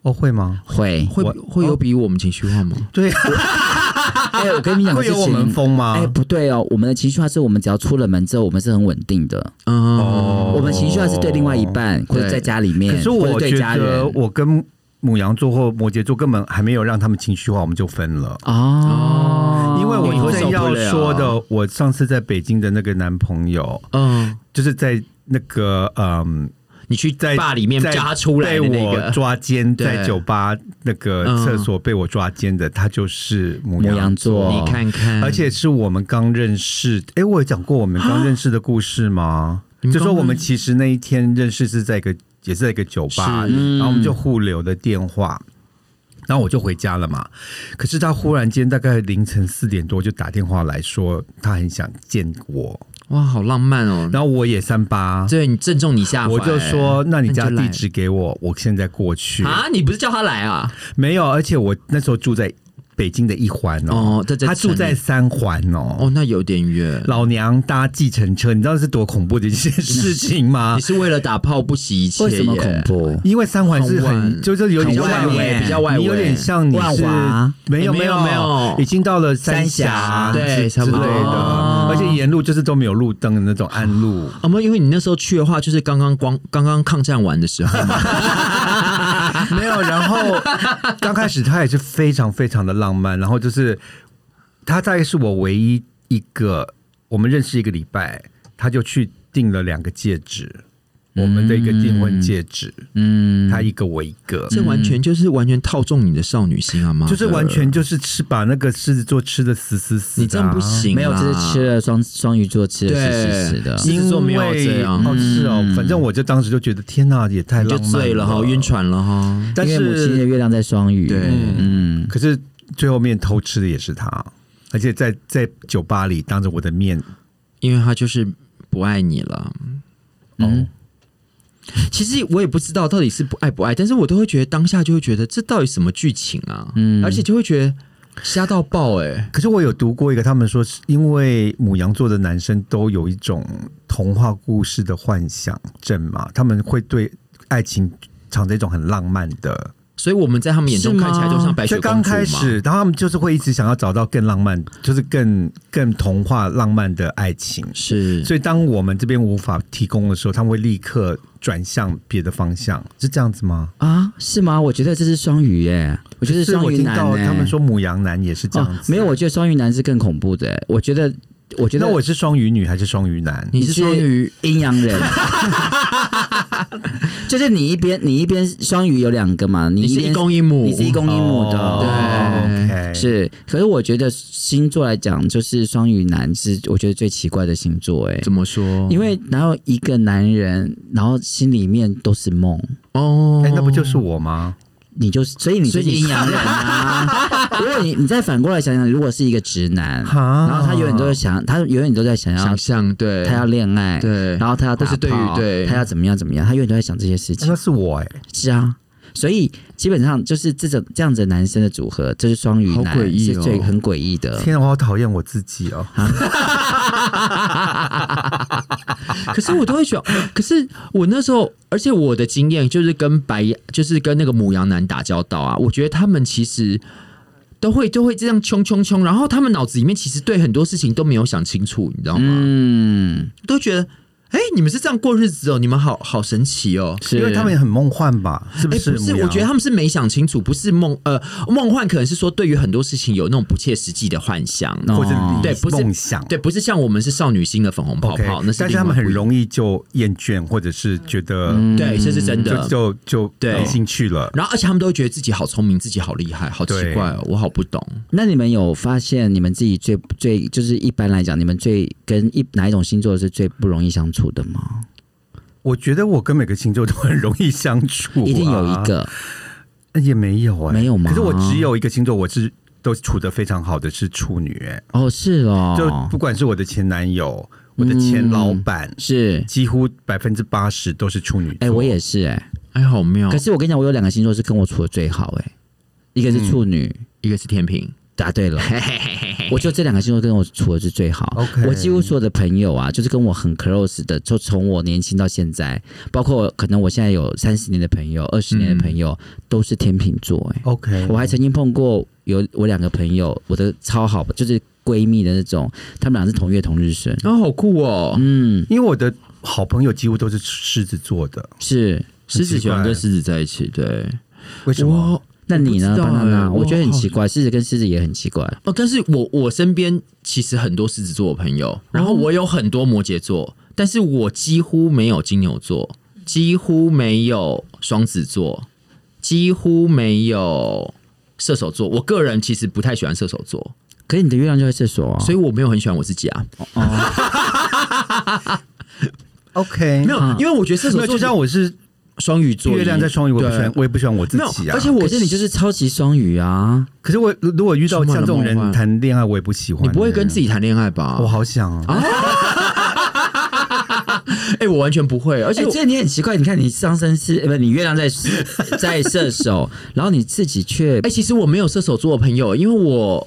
Speaker 1: 哦会吗？
Speaker 3: 会。
Speaker 2: 会
Speaker 1: 我哦
Speaker 2: 会有比我们情绪化吗？
Speaker 1: 对，
Speaker 3: 哎、我跟你讲
Speaker 1: <laughs>
Speaker 3: 个
Speaker 1: 会
Speaker 3: 事
Speaker 1: 有
Speaker 3: 情，
Speaker 1: 我们疯啊吗？
Speaker 3: 哎、不对哦，我们的情绪化是我们只要出了门之后，我们是很稳定的。
Speaker 2: 嗯，
Speaker 1: 哦
Speaker 3: 我们情绪化是对另外一半，或者
Speaker 2: 对
Speaker 3: 在家里面，
Speaker 1: 可是
Speaker 3: 或者
Speaker 1: 我
Speaker 3: 对
Speaker 1: 觉
Speaker 3: 家
Speaker 1: 得
Speaker 3: 人。
Speaker 1: 我跟母羊座或摩羯座根本还没有让他们情绪化，我们就分了。
Speaker 3: 哦，
Speaker 1: 因为
Speaker 2: 你
Speaker 1: 我
Speaker 2: 会受
Speaker 1: 正
Speaker 2: 不
Speaker 1: 要
Speaker 2: 了
Speaker 1: 说的，我上次在北京的那个男朋友，
Speaker 2: 嗯，
Speaker 1: 就是在那个嗯，
Speaker 2: 你去
Speaker 1: 在
Speaker 2: 坝里面
Speaker 1: 在
Speaker 2: 扎出来的
Speaker 1: 被
Speaker 2: 那
Speaker 1: 我
Speaker 2: 个，
Speaker 1: 抓奸，
Speaker 2: 对
Speaker 1: 在酒吧那个厕所被我抓奸的，他就是母
Speaker 3: 嗯母羊座
Speaker 2: 你看看，
Speaker 1: 而且是我们刚认识，哎，我有讲过我们刚认识的故事吗？
Speaker 2: 你们
Speaker 1: 就
Speaker 2: 刚
Speaker 1: 说我们
Speaker 2: 认
Speaker 1: 其实那一天认识是在一个也是在一个酒吧，
Speaker 2: 是
Speaker 1: 然后我们就互留的电话。然后我就回家了嘛，可是他忽然间大概凌晨四点多就打电话来说他很想见我，
Speaker 2: 哇，好浪漫哦。
Speaker 1: 然后我也三八，
Speaker 2: 对你正中你下怀，啊
Speaker 1: 我就说那你家
Speaker 2: 那你就来
Speaker 1: 地址给我，我现在过去。
Speaker 2: 啊，你不是叫他来啊？
Speaker 1: 没有，而且我那时候住在北京的一环哦，
Speaker 2: 哦在这
Speaker 1: 他住
Speaker 2: 城
Speaker 1: 在
Speaker 2: 里
Speaker 1: 三环哦
Speaker 2: 哦，那有点远。
Speaker 1: 老娘搭计程车，你知道是多恐怖的一件事情吗
Speaker 2: <laughs> 你？是为了打炮不惜一切耶？
Speaker 3: 为什么恐怖？
Speaker 1: 因为三环是
Speaker 2: 很
Speaker 1: 很，
Speaker 2: 晚
Speaker 1: 就是有点
Speaker 2: 很外
Speaker 1: 像你
Speaker 2: 围比较外围
Speaker 1: 你有点像你是
Speaker 3: 万华
Speaker 1: 没有
Speaker 2: 哎没
Speaker 1: 有
Speaker 2: 有
Speaker 1: 没
Speaker 2: 没有
Speaker 1: 已经到了三
Speaker 3: 三峡
Speaker 2: 对
Speaker 1: 之
Speaker 2: 差
Speaker 1: 之
Speaker 2: 不
Speaker 1: 类
Speaker 2: 多
Speaker 1: 的，
Speaker 2: 哦
Speaker 1: 而且沿路就是都没有路灯的那种暗路。
Speaker 2: 啊？没有因为你那时候去的话，就是刚刚光 <laughs> 刚刚抗战完的时候
Speaker 1: <laughs>
Speaker 2: 嘛。
Speaker 1: 没有，然
Speaker 2: <laughs>
Speaker 1: 后刚开始他也是非常非常的浪漫，然后就是他大概是我唯一一个我们认识一个礼拜，他就去订了两个戒指，我们的一个订婚戒指，
Speaker 3: 嗯，
Speaker 1: 他一个我一个，
Speaker 2: 这完全就是完全套中你的少女心啊妈的
Speaker 1: 就是完全就是吃把那个狮子座吃的死死死的啊、
Speaker 2: 你这样不行啦，
Speaker 3: 没有，这是吃了双双鱼座吃的是
Speaker 2: 对
Speaker 3: 是是的，
Speaker 2: 狮子座没有这样
Speaker 1: 因为哦，是哦，反正我就当时就觉得天哪，也太
Speaker 2: 你就
Speaker 1: 浪漫
Speaker 2: 醉了哈，晕。船了哈。
Speaker 1: 但
Speaker 3: 因为母亲的
Speaker 1: 是，
Speaker 3: 月亮在双鱼，
Speaker 2: 对
Speaker 3: 嗯，
Speaker 1: 可是最后面偷吃的也是他，而且在在酒吧里当着我的面
Speaker 2: 因为他就是不爱你了。嗯
Speaker 1: 哦，
Speaker 2: 其实我也不知道到底是不爱不爱，但是我都会觉得当下就会觉得这到底什么剧情啊？
Speaker 3: 嗯
Speaker 2: 而且就会觉得瞎到爆哎、
Speaker 1: 可是我有读过一个，他们说是因为母羊座的男生都有一种童话故事的幻想症嘛，他们会对爱情产生一种很浪漫的。
Speaker 2: 所以我们在他们眼中
Speaker 3: 是吗
Speaker 2: 看起来就像白
Speaker 1: 所
Speaker 2: 雪
Speaker 1: 以
Speaker 2: 公
Speaker 1: 刚
Speaker 2: 主
Speaker 1: 开
Speaker 2: 嘛
Speaker 1: 始，然后他们就是会一直想要找到更浪漫，就是更更童话浪漫的爱情。
Speaker 2: 是
Speaker 1: 所以当我们这边无法提供的时候，他们会立刻转向别的方向，是这样子吗？
Speaker 3: 啊，是吗？我觉得这是双鱼耶，我觉得
Speaker 1: 是我
Speaker 3: 双鱼
Speaker 1: 听
Speaker 3: 男
Speaker 1: 到
Speaker 3: 耶
Speaker 1: 他们说母羊男也是这样
Speaker 3: 哦
Speaker 1: 子，，
Speaker 3: 没有，我觉得双鱼男是更恐怖的耶，我觉得，我觉得
Speaker 1: 那我是双鱼女还是双鱼男？
Speaker 2: 你是双鱼，
Speaker 3: 阴阳人。 <laughs> 就是你一边你一边双鱼有两个嘛，你
Speaker 2: 你
Speaker 3: 一
Speaker 2: 是
Speaker 3: 边
Speaker 2: 一公一母，
Speaker 3: 你是一公一母的，
Speaker 1: 哦
Speaker 2: 对
Speaker 1: ，OK
Speaker 3: 是，可是我觉得星座来讲，就是双鱼男是我觉得最奇怪的星座哎，
Speaker 2: 怎么说？
Speaker 3: 因为哪有一个男人，然后心里面都是梦，
Speaker 2: 哦
Speaker 1: 哎、那不就是我吗？
Speaker 3: 你就是，所以你
Speaker 2: 所
Speaker 3: 就
Speaker 2: 以
Speaker 3: 是
Speaker 2: 你
Speaker 3: 阴阳人啊。 <laughs> 如果你你再反过来想想，如果是一个直
Speaker 1: <laughs>
Speaker 3: 男，
Speaker 1: 哈
Speaker 3: 嗯然后他永远都在想，他永远都在想要
Speaker 2: 想象对，
Speaker 3: 他要恋爱，
Speaker 2: 对
Speaker 3: 然后他要打
Speaker 2: 或是对于
Speaker 3: 炮
Speaker 2: 对
Speaker 3: 他要怎么样怎么样，他永远都在想这些事情
Speaker 1: 那。是我哎、
Speaker 3: 是啊，所以基本上就是这种这样子的男生的组合，这是双鱼
Speaker 2: 好
Speaker 3: 男，
Speaker 2: 诡异
Speaker 3: 是最
Speaker 2: 哦
Speaker 3: 很诡异的。
Speaker 1: 天啊，我好讨厌我自己哦！
Speaker 2: <laughs> 可是我都
Speaker 1: <laughs>
Speaker 2: 会觉得，可是我那时候，而且我的经验就是跟白，就是跟那个母羊男打交道啊，我觉得他们其实都会都会这样冲冲冲，然啊
Speaker 1: 嗯
Speaker 2: 后他们脑子里面其实对很多事情都没有想清楚，你知道吗？
Speaker 3: 嗯，
Speaker 2: 都觉得哎、你们是这样过日子哦，你们好好神奇哦。
Speaker 1: 因为他们也很梦幻吧？是
Speaker 2: 哎，
Speaker 1: 是？
Speaker 2: 不是，
Speaker 1: 母
Speaker 2: 我
Speaker 1: 羊
Speaker 2: 觉得他们是没想清楚，不是梦，呃，梦幻可能是说对于很多事情有那种不切实际的幻想，
Speaker 1: 或者
Speaker 3: 哦
Speaker 1: 理
Speaker 2: 对，不是
Speaker 1: 梦想，
Speaker 2: 对，不是像我们是少女心的粉红泡
Speaker 1: OK，
Speaker 2: 泡，那是
Speaker 1: 但是
Speaker 2: 另
Speaker 1: 他
Speaker 2: 外
Speaker 1: 们很
Speaker 2: 不一样
Speaker 1: 容易就厌倦，或者是觉得
Speaker 3: 嗯
Speaker 2: 对，这是真
Speaker 1: 就
Speaker 2: 的。
Speaker 1: 就就
Speaker 2: 对
Speaker 1: 没兴趣了。
Speaker 2: 然后，而且他们都会觉得自己好聪明，自己好厉害，好奇
Speaker 1: 对
Speaker 2: 怪哦，我好不懂。
Speaker 3: 那你们有发现你们自己最最就是一般来讲，你们最跟一哪一种星座是最不容易相处的吗？
Speaker 1: 我觉得我跟每个星座都很容易相处、啊
Speaker 3: 一定有一，个，
Speaker 1: 也没有哎、
Speaker 3: 没有吗
Speaker 1: 可是我只有一个星座，我是都处的非常好的是处女、哎
Speaker 3: 哦，是
Speaker 1: 就
Speaker 3: 哦，
Speaker 1: 不管是我的前男友、我的前老板，
Speaker 2: 嗯
Speaker 3: 是，
Speaker 1: 几乎百分之八十都是处女座。
Speaker 3: 哎、我也是、哎，
Speaker 2: 哎，好
Speaker 1: 哦
Speaker 2: 妙
Speaker 3: 可。是我跟你讲，我有两个星座是跟我处的最好、哎，一个是处女，
Speaker 1: 嗯
Speaker 2: 一个是天平，
Speaker 3: 答对
Speaker 1: <laughs>
Speaker 3: 了，我就这两个星座跟我处的是最好。
Speaker 1: OK
Speaker 3: 我几乎所有的朋友啊，就是跟我很 close 的，就从我年轻到现在，包括可能我现在有三十年的朋友、二十年的朋友，
Speaker 1: 嗯
Speaker 3: 都是天秤座、哎。
Speaker 1: OK，
Speaker 3: 我还曾经碰过有我两个朋友，我的超好，就是闺蜜的那种，她们俩是同月同日生。
Speaker 2: 哦，好酷哦。
Speaker 3: 嗯，
Speaker 1: 因为我的好朋友几乎都是狮子座的，
Speaker 3: 是。
Speaker 2: 狮子喜欢
Speaker 1: 很奇怪
Speaker 2: 跟狮子在一起，对。
Speaker 1: 为什么？
Speaker 3: 那你呢，
Speaker 2: 我不知道
Speaker 3: 巴娜娜？
Speaker 2: 哎
Speaker 3: 我觉得很奇
Speaker 2: 我
Speaker 3: 怪，狮子跟狮子也很奇怪。
Speaker 2: 哦，但是我我身边其实很多狮子座的朋
Speaker 1: 哦
Speaker 2: 友，然后我有很多摩羯座，但是我几乎没有金牛座，几乎没有双子座，几乎没有射手座。我个人其实不太喜欢射手座，
Speaker 3: 可是你的月亮就在射
Speaker 1: 哦
Speaker 3: 手啊，
Speaker 2: 所以我没有很喜欢我自己啊。
Speaker 1: OK，
Speaker 2: 没有，因为我觉得射手
Speaker 1: 啊没有，
Speaker 2: 座
Speaker 1: 就像我是
Speaker 2: 双鱼座一样，
Speaker 1: 月亮在双鱼，我也不喜欢，
Speaker 2: 对
Speaker 1: 我也不喜欢我自
Speaker 2: 没有
Speaker 1: 己，啊。
Speaker 2: 而且我
Speaker 3: 可是你就是超级双鱼啊，
Speaker 1: 可是我如果遇到像这种
Speaker 2: 充满了梦
Speaker 1: 人
Speaker 2: 幻
Speaker 1: 谈恋爱，我也不喜欢、
Speaker 2: 你不会跟自
Speaker 1: 己，
Speaker 2: 己谈恋爱吧
Speaker 1: 我？好想啊，
Speaker 2: 哎、我完全不会，而
Speaker 3: 而
Speaker 2: 且
Speaker 1: 哎
Speaker 2: 我
Speaker 3: 这你很奇怪，你看你上升是呃不，你月亮在
Speaker 2: <laughs>
Speaker 3: 在射手，然后你自己却
Speaker 2: 哎、其实我没有射手座的朋友，因为我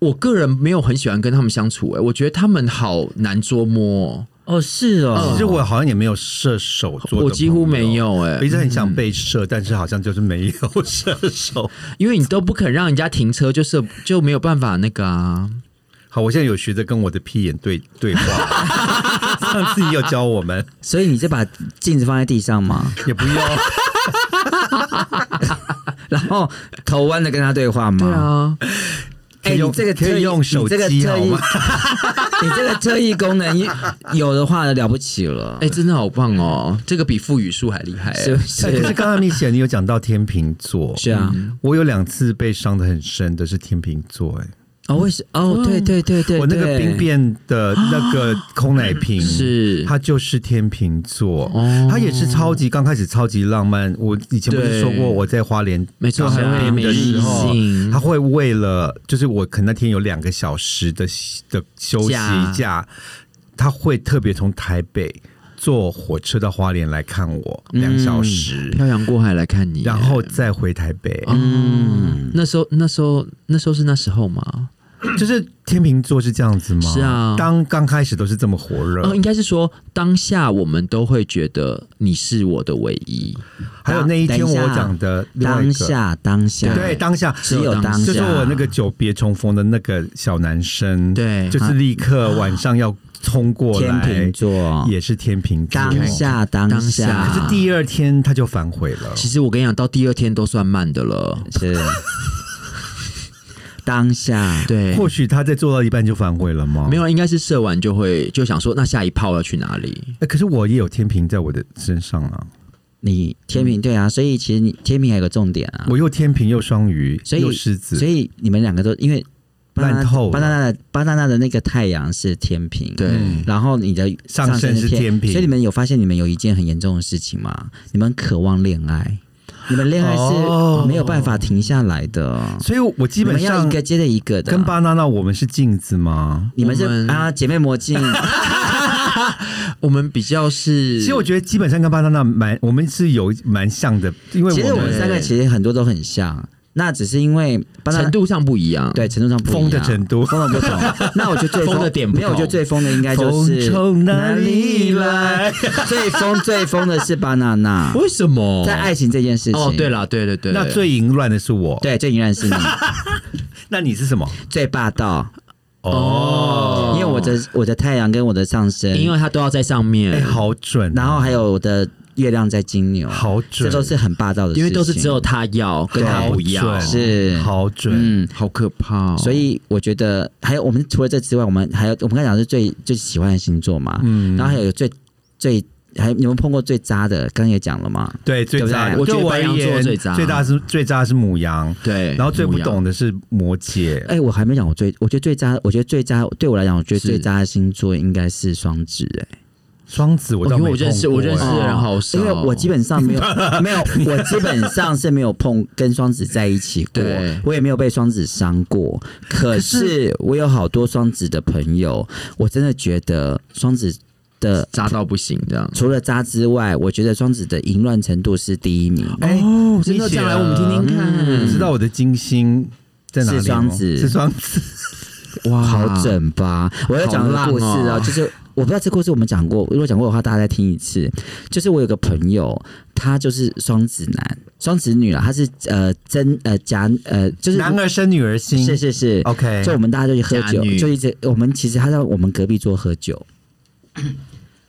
Speaker 2: 我个人没有很喜欢跟他们相处、哎，我觉得他们好难捉摸哦、
Speaker 3: 哦是哦，
Speaker 1: 其实我好像也没有射手座，
Speaker 2: 我几乎没。有、
Speaker 1: 我一
Speaker 3: 呃
Speaker 2: 哎，
Speaker 1: 直很
Speaker 3: 嗯
Speaker 1: 想被射，但是好像就是没有射手。 <laughs>
Speaker 2: 因为你都不肯让人家停车，就是就没有办法那个啊。
Speaker 1: <laughs> 好，我现在有学着跟我的屁眼对对话，
Speaker 3: <laughs>
Speaker 1: 上次也有教我们，
Speaker 3: 所以你就把镜子放在地上嘛，
Speaker 1: 也
Speaker 3: <laughs>
Speaker 1: 不用。
Speaker 3: 然后头弯的跟他对话嘛，
Speaker 2: 对啊，
Speaker 3: 哎、你这个
Speaker 1: 可以
Speaker 3: 特异
Speaker 1: 用手机
Speaker 3: 你这个特异
Speaker 1: 好吗
Speaker 3: <laughs> 你这个特异功能有的话了不起了，
Speaker 2: 哎、真的好棒哦，这个比赋语术还厉害、哎
Speaker 3: 是不
Speaker 1: 哎可是
Speaker 3: 是？
Speaker 1: 刚刚你显你有讲到天秤座，
Speaker 3: 是啊，
Speaker 1: 我有两次被伤的很深的是天秤座、哎，
Speaker 3: 哦，为什哦？对对对对，
Speaker 1: 我那个
Speaker 3: 对
Speaker 1: 冰变的那个空奶瓶
Speaker 2: 是哦
Speaker 1: 他就是天秤座，他也是超级刚开始超级浪漫。我以前不是说过
Speaker 2: 对
Speaker 1: 我在花莲
Speaker 2: 没错，
Speaker 1: 当
Speaker 2: 还
Speaker 1: 兵
Speaker 2: 有美
Speaker 1: 的时
Speaker 2: 丽
Speaker 1: 候，
Speaker 2: 性
Speaker 1: 他，会为了就是我可能那天有两个小时的的休息
Speaker 2: 假
Speaker 1: 假，他会特别从台北坐火车到花莲来看我两小时，
Speaker 2: 嗯漂洋过海来看你，哎
Speaker 1: 然后再回台北。
Speaker 2: 嗯，那时候那时候那时候是那时候吗？
Speaker 1: 就是天秤座是这样子吗？
Speaker 2: 是啊
Speaker 1: 当刚开始都是这么火热，
Speaker 2: 呃，应该是说当下我们都会觉得你是我的唯一，
Speaker 1: 还有那一天
Speaker 3: 等一
Speaker 1: 我
Speaker 3: 下
Speaker 1: 讲的另外一
Speaker 3: 当
Speaker 1: 个
Speaker 3: 下当下，
Speaker 1: 对，当下
Speaker 3: 只有当下，
Speaker 1: 就是我那个久别重逢的那个小男生，
Speaker 2: 对啊
Speaker 1: 就是立刻晚上要冲过
Speaker 3: 啊天
Speaker 1: 来，
Speaker 3: 秤座，
Speaker 1: 也是天秤座。
Speaker 3: 当下当
Speaker 2: 当下
Speaker 1: 可
Speaker 3: 下
Speaker 1: 是第二天他就反悔了，
Speaker 2: 其实我跟你讲，到第二天都算慢的了。
Speaker 3: 是当下，
Speaker 2: 对，
Speaker 1: 或许他在做到一半就反悔了吗？
Speaker 2: 没有，应该是射完就会就想说，那下一炮要去哪里？
Speaker 1: 哎，可是我也有天平在我的身上啊，
Speaker 3: 你天秤对啊，所以其实你天秤还有个重点啊，
Speaker 1: 我又天平又双鱼
Speaker 3: 所以
Speaker 1: 又狮
Speaker 3: 所
Speaker 1: 子，
Speaker 3: 以你们两个都因为巴
Speaker 1: 烂
Speaker 3: 娜
Speaker 1: 透了
Speaker 3: 巴娜娜的巴娜娜的那个太阳是天平，
Speaker 2: 对
Speaker 1: 嗯
Speaker 3: 然后你的
Speaker 1: 上身是
Speaker 3: 身
Speaker 1: 天平
Speaker 3: 所以你们有发现你们有一件很严重的事情吗？你们渴望恋爱，你们恋爱
Speaker 1: 哦
Speaker 3: 是没有办法停下来的，
Speaker 1: 所以我基
Speaker 3: 你
Speaker 1: 本
Speaker 3: 们要
Speaker 1: 上
Speaker 3: 一个接着一个的。
Speaker 1: 跟巴娜娜我们是镜子吗？
Speaker 3: 你们是
Speaker 2: 我们
Speaker 3: 啊姐妹
Speaker 1: <laughs>
Speaker 3: 魔镜，
Speaker 2: 我们比较是，
Speaker 1: 其实我觉得基本上跟巴娜娜蛮，我们是有蛮像的，因为
Speaker 3: 其实我们三个其实很多都很像，那只是因为巴娜娜
Speaker 2: 程度上不一样。
Speaker 3: 对程度上不一样
Speaker 1: 疯的程度
Speaker 3: 疯的不同。那我觉
Speaker 2: <laughs>
Speaker 3: 得最
Speaker 2: 疯的点不
Speaker 3: 没有，我觉得
Speaker 2: 同
Speaker 3: 最疯的应该就
Speaker 1: 风
Speaker 3: 是
Speaker 1: 从哪里来？
Speaker 3: <laughs> 最疯最疯的是巴娜娜，
Speaker 2: 为什么
Speaker 3: 在爱情这件事情。
Speaker 2: 哦哦，对啦，对对对，
Speaker 1: 那最淫乱的是我，
Speaker 3: 对，
Speaker 2: <laughs>
Speaker 3: 最依然是你
Speaker 1: 那你是什么？
Speaker 3: 最霸道，
Speaker 1: 哦，
Speaker 3: 因为我的我的太阳跟我的上升，
Speaker 2: 因为它都要在上
Speaker 1: 哎、
Speaker 2: 面，
Speaker 1: 好准、
Speaker 3: 然后还有我的月亮在金牛，
Speaker 1: 好
Speaker 3: 这
Speaker 1: 准，
Speaker 3: 都是很霸道的事情，
Speaker 2: 因为都是只有他要跟他不要，
Speaker 1: 好准
Speaker 3: 是
Speaker 1: 好准，
Speaker 3: 嗯。
Speaker 2: 好可怕、哦。
Speaker 3: 所以我觉得，还有我们除了这之外，我们还有我们刚才讲的是最最喜欢的星座嘛，
Speaker 1: 嗯，
Speaker 3: 然后还有最最还你们碰过最渣的，刚刚也讲了嘛，
Speaker 1: 对最
Speaker 3: 对不
Speaker 1: 渣
Speaker 3: 对
Speaker 1: 的，
Speaker 2: 我觉得
Speaker 1: 对我
Speaker 2: 白
Speaker 1: 而
Speaker 2: 羊座
Speaker 1: 言
Speaker 2: 最渣
Speaker 1: 最大是最渣是母羊，
Speaker 2: 对，
Speaker 1: 然后最不
Speaker 2: 母羊
Speaker 1: 懂的是摩羯，
Speaker 3: 哎、我还没讲我最，我觉得最渣，我觉得最渣对我来讲，我觉得
Speaker 2: 是
Speaker 3: 最渣的星座应该是双子、哎，
Speaker 1: 双子
Speaker 3: 哦
Speaker 1: 我倒
Speaker 2: 因
Speaker 1: 没
Speaker 2: 为我认识
Speaker 1: 碰过
Speaker 2: 我认识
Speaker 1: 哎
Speaker 2: 是哦人好少
Speaker 3: 因为我基本上没有没有，我基本上是没有碰跟双子在一起过
Speaker 2: 对，
Speaker 3: 我也没有被双子伤过。可是我有好多双子的朋友，我真的觉得双子的
Speaker 2: 渣呃到不行这样。
Speaker 3: 除了渣之外，我觉得双子的淫乱程度是第一名。
Speaker 1: 哎、
Speaker 2: 哦
Speaker 1: 真的讲来我们听听
Speaker 2: 看
Speaker 1: 你知道我的金星在哪里吗？
Speaker 3: 嗯是双子
Speaker 1: 是双子，
Speaker 2: 哇
Speaker 3: 好准吧？我要讲个故事
Speaker 2: 好
Speaker 3: 啊，
Speaker 2: 浪哦
Speaker 3: 就是我不知道这故事我们讲过，如果讲过的话，大家再听一次。就是我有个朋友，他就是双子男、双子女啊，他是呃真呃假呃，就是
Speaker 1: 男儿生女儿哦心。
Speaker 3: 是是是
Speaker 1: OK，
Speaker 3: 就我们大家就去喝
Speaker 2: 假
Speaker 3: 酒
Speaker 2: 女，
Speaker 3: 就一直我们其实他在我们隔壁桌喝酒。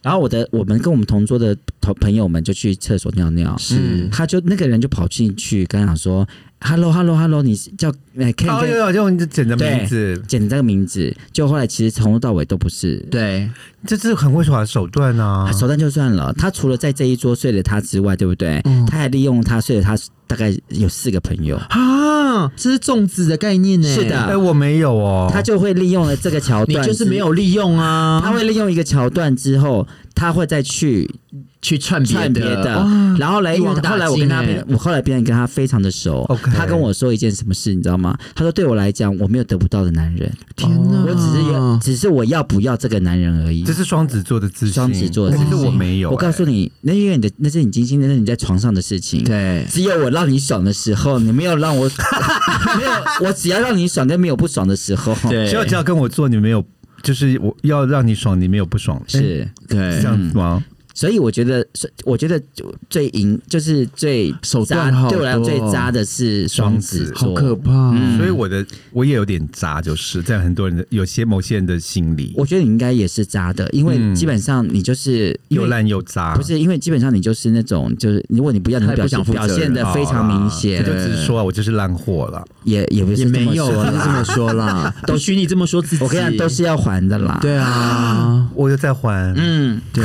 Speaker 3: 然后我的我们跟我们同桌的同朋友们就去厕所尿尿，
Speaker 2: 是
Speaker 3: 他就那个人就跑进去跟他讲说：“Hello Hello Hello，你是叫呃来看
Speaker 1: 哦，
Speaker 3: 看
Speaker 1: 有有有，你简的名字，
Speaker 3: 简这个名字，就后来其实从头到尾都不是。
Speaker 2: 对，
Speaker 1: 这是很会耍的手段啊
Speaker 3: 他！手段就算了，他除了在这一桌睡了他之外，对不对？
Speaker 2: 嗯
Speaker 3: 他还利用他睡了他大概有四个朋友，
Speaker 2: 啊，这是粽子的概念呢。
Speaker 3: 是的
Speaker 1: 哎、我没有哦，
Speaker 3: 他就会利用了这个桥
Speaker 2: 你
Speaker 3: 段，
Speaker 2: 就是没。有利用啊，
Speaker 3: 他会利用一个桥段之后，他会再去
Speaker 2: 去串别哦
Speaker 3: 串别的，
Speaker 2: 哇
Speaker 3: 然后来，
Speaker 2: 一
Speaker 3: 因为
Speaker 2: 网打
Speaker 3: 后来我
Speaker 2: 尽
Speaker 3: 跟他
Speaker 2: 欸
Speaker 3: 变，我后来变得跟他非常的熟。
Speaker 1: OK
Speaker 3: 他跟我说一件什么事，你知道吗？他说对我来讲，我没有得不到的男人，
Speaker 2: 天哪，
Speaker 3: 我只是有，只是我要不要这个男人而已。
Speaker 1: 这是双子座的自信，
Speaker 3: 双子座的
Speaker 1: 其实
Speaker 3: 自信
Speaker 1: 我没有、
Speaker 3: 我告诉
Speaker 1: 你，
Speaker 3: 你，那因为你的那是你金星，那是你在床上的事情。
Speaker 2: 哎对
Speaker 3: 只有我让你爽的时候，你没有让我 <laughs> 没有，我只要让你爽跟没有不爽的时候，
Speaker 2: 对，
Speaker 1: 只有只要跟我做，你没有，就是我要让你爽，你没有不爽，哎
Speaker 3: 是。
Speaker 1: 是
Speaker 2: 对
Speaker 1: 这，样子吗？
Speaker 3: 所以我觉得，所我觉得就最赢就是最
Speaker 2: 手
Speaker 3: 渣
Speaker 2: 段好，
Speaker 3: 对我来讲
Speaker 2: 多哦
Speaker 3: 最渣的是双子
Speaker 1: 双
Speaker 2: 好
Speaker 3: 座，
Speaker 2: 可怕。
Speaker 3: 嗯
Speaker 1: 所以我的我也有点渣，就是在很多人的有些某些人的心里，
Speaker 3: 我觉得你应该也是渣的，因为
Speaker 1: 嗯
Speaker 3: 基本上你就是因
Speaker 1: 又
Speaker 3: 为
Speaker 1: 烂又渣，
Speaker 3: 不是因为基本上你就是那种就是如果你不要，你会
Speaker 2: 啊他也
Speaker 3: 表
Speaker 2: 不想负责
Speaker 3: 现表
Speaker 2: 任
Speaker 3: 现的非常明显嗯
Speaker 1: 我，就只是说啊我就是烂货了。
Speaker 3: 也也不
Speaker 2: 也
Speaker 3: 是这
Speaker 2: 没
Speaker 3: 么
Speaker 2: 有，啊
Speaker 3: 说
Speaker 2: 不是这么
Speaker 3: 啦，
Speaker 2: 说啦， <laughs> 都许你这么说自己。
Speaker 3: 我跟你讲都是要还的啦，
Speaker 2: 对啊，
Speaker 1: 我又在还，
Speaker 3: 嗯，
Speaker 2: <laughs> 对，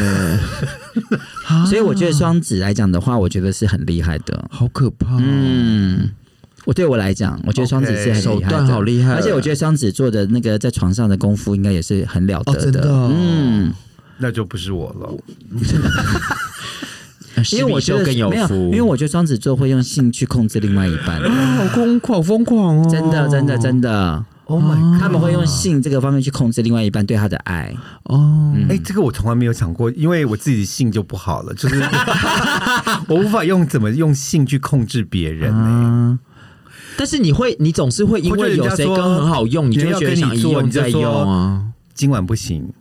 Speaker 3: 所以我觉得双子来讲的话，我觉得是很厉害的。
Speaker 2: 好可怕哦。
Speaker 3: 嗯，我对我来讲，我觉得双子是
Speaker 1: OK，
Speaker 3: 很
Speaker 2: 手
Speaker 3: 厉害的，
Speaker 2: 段好厉害，
Speaker 3: 而且我觉得双子座的那个在床上的功夫应该也是很了得
Speaker 2: 哦真的哦
Speaker 3: 嗯，
Speaker 1: 那就不是我了。
Speaker 2: 得
Speaker 3: 因为我觉
Speaker 2: 就
Speaker 3: 得
Speaker 2: 更有
Speaker 3: 没有，
Speaker 2: 福，
Speaker 3: 因为我觉得双子座会用性去控制另外一半，
Speaker 2: 好疯狂，好疯狂哦！
Speaker 3: 真的，真的，真的，
Speaker 1: Oh my god！
Speaker 3: 他们会用性这个方面去控制另外一半对他的爱。
Speaker 2: 哦，
Speaker 1: 哎、这个我从来没有想过，因为我自己的性就不好了，
Speaker 3: <laughs>
Speaker 1: 就是我无法用怎么用性去控制别人、欸。
Speaker 3: 嗯
Speaker 2: 但是你会，你总是会因
Speaker 1: 或者
Speaker 2: 为
Speaker 1: 人
Speaker 2: 有
Speaker 1: 家
Speaker 2: 谁
Speaker 1: 说
Speaker 2: 跟很好用，你就
Speaker 1: 别人
Speaker 2: 会
Speaker 1: 要
Speaker 2: 觉得
Speaker 1: 跟你
Speaker 2: 想一
Speaker 1: 做
Speaker 2: 用
Speaker 1: 你就
Speaker 2: 再
Speaker 1: 说
Speaker 2: 用啊。
Speaker 1: 今晚不行，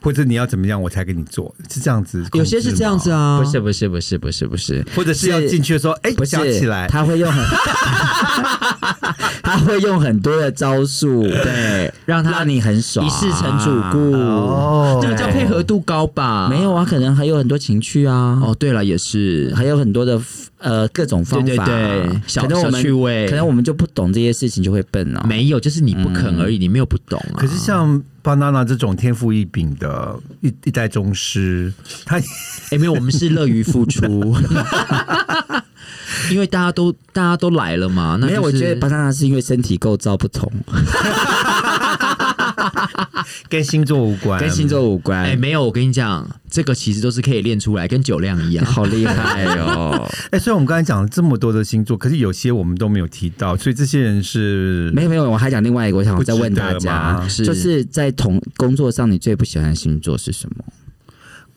Speaker 1: 或者你要怎么样我才给你做，是这样子控制吗。
Speaker 2: 有些是这样子
Speaker 1: 啊，
Speaker 2: 啊，
Speaker 3: 不是，不是，不是，不是，不是，
Speaker 1: 或者是要进去的时候，哎、
Speaker 3: 不
Speaker 1: 想
Speaker 3: 是
Speaker 1: 起来，
Speaker 3: 他会
Speaker 2: <laughs>
Speaker 3: 用很，他会用很多的招数，对，
Speaker 2: 让他
Speaker 3: 让你很爽，
Speaker 2: 一世成主顾，
Speaker 1: 哦
Speaker 2: 这个叫配合度高吧？
Speaker 3: 没有啊，可能还有很多情趣啊，
Speaker 2: 哦，对了，也是，
Speaker 3: 还有很多的呃各种方法，
Speaker 2: 对对对小
Speaker 3: 可能我
Speaker 2: 小
Speaker 3: 们
Speaker 2: 趣味
Speaker 3: 可能我们就不懂这些事情，就会笨啊了、
Speaker 2: 没有，就是你不肯而已，你没有不懂啊。
Speaker 1: 可是像 banana 这种天赋异禀的一一代宗师，他 <laughs>
Speaker 2: 哎，没有，我们是乐于付出，因为大家都大家都来了嘛。那
Speaker 3: 没有，
Speaker 2: 就
Speaker 3: 我
Speaker 2: 是
Speaker 3: 觉得巴娜娜是因为身体构造不同，
Speaker 1: 跟星座无关，
Speaker 3: 跟星座无关。
Speaker 2: 哎，没有，我跟你讲，这个其实都是可以练出来，跟酒量一样。
Speaker 3: 好厉害哦！
Speaker 1: 哎、虽然我们刚才讲了这么多的星座，可是有些我们都没有提到，所以这些人是
Speaker 3: 没有没有，我还讲另外一个，我想
Speaker 1: 不值
Speaker 3: 再
Speaker 1: 得
Speaker 3: 问大家
Speaker 1: 吗，
Speaker 2: 是
Speaker 3: 就是在同工作上，你最不喜欢的星座是什么？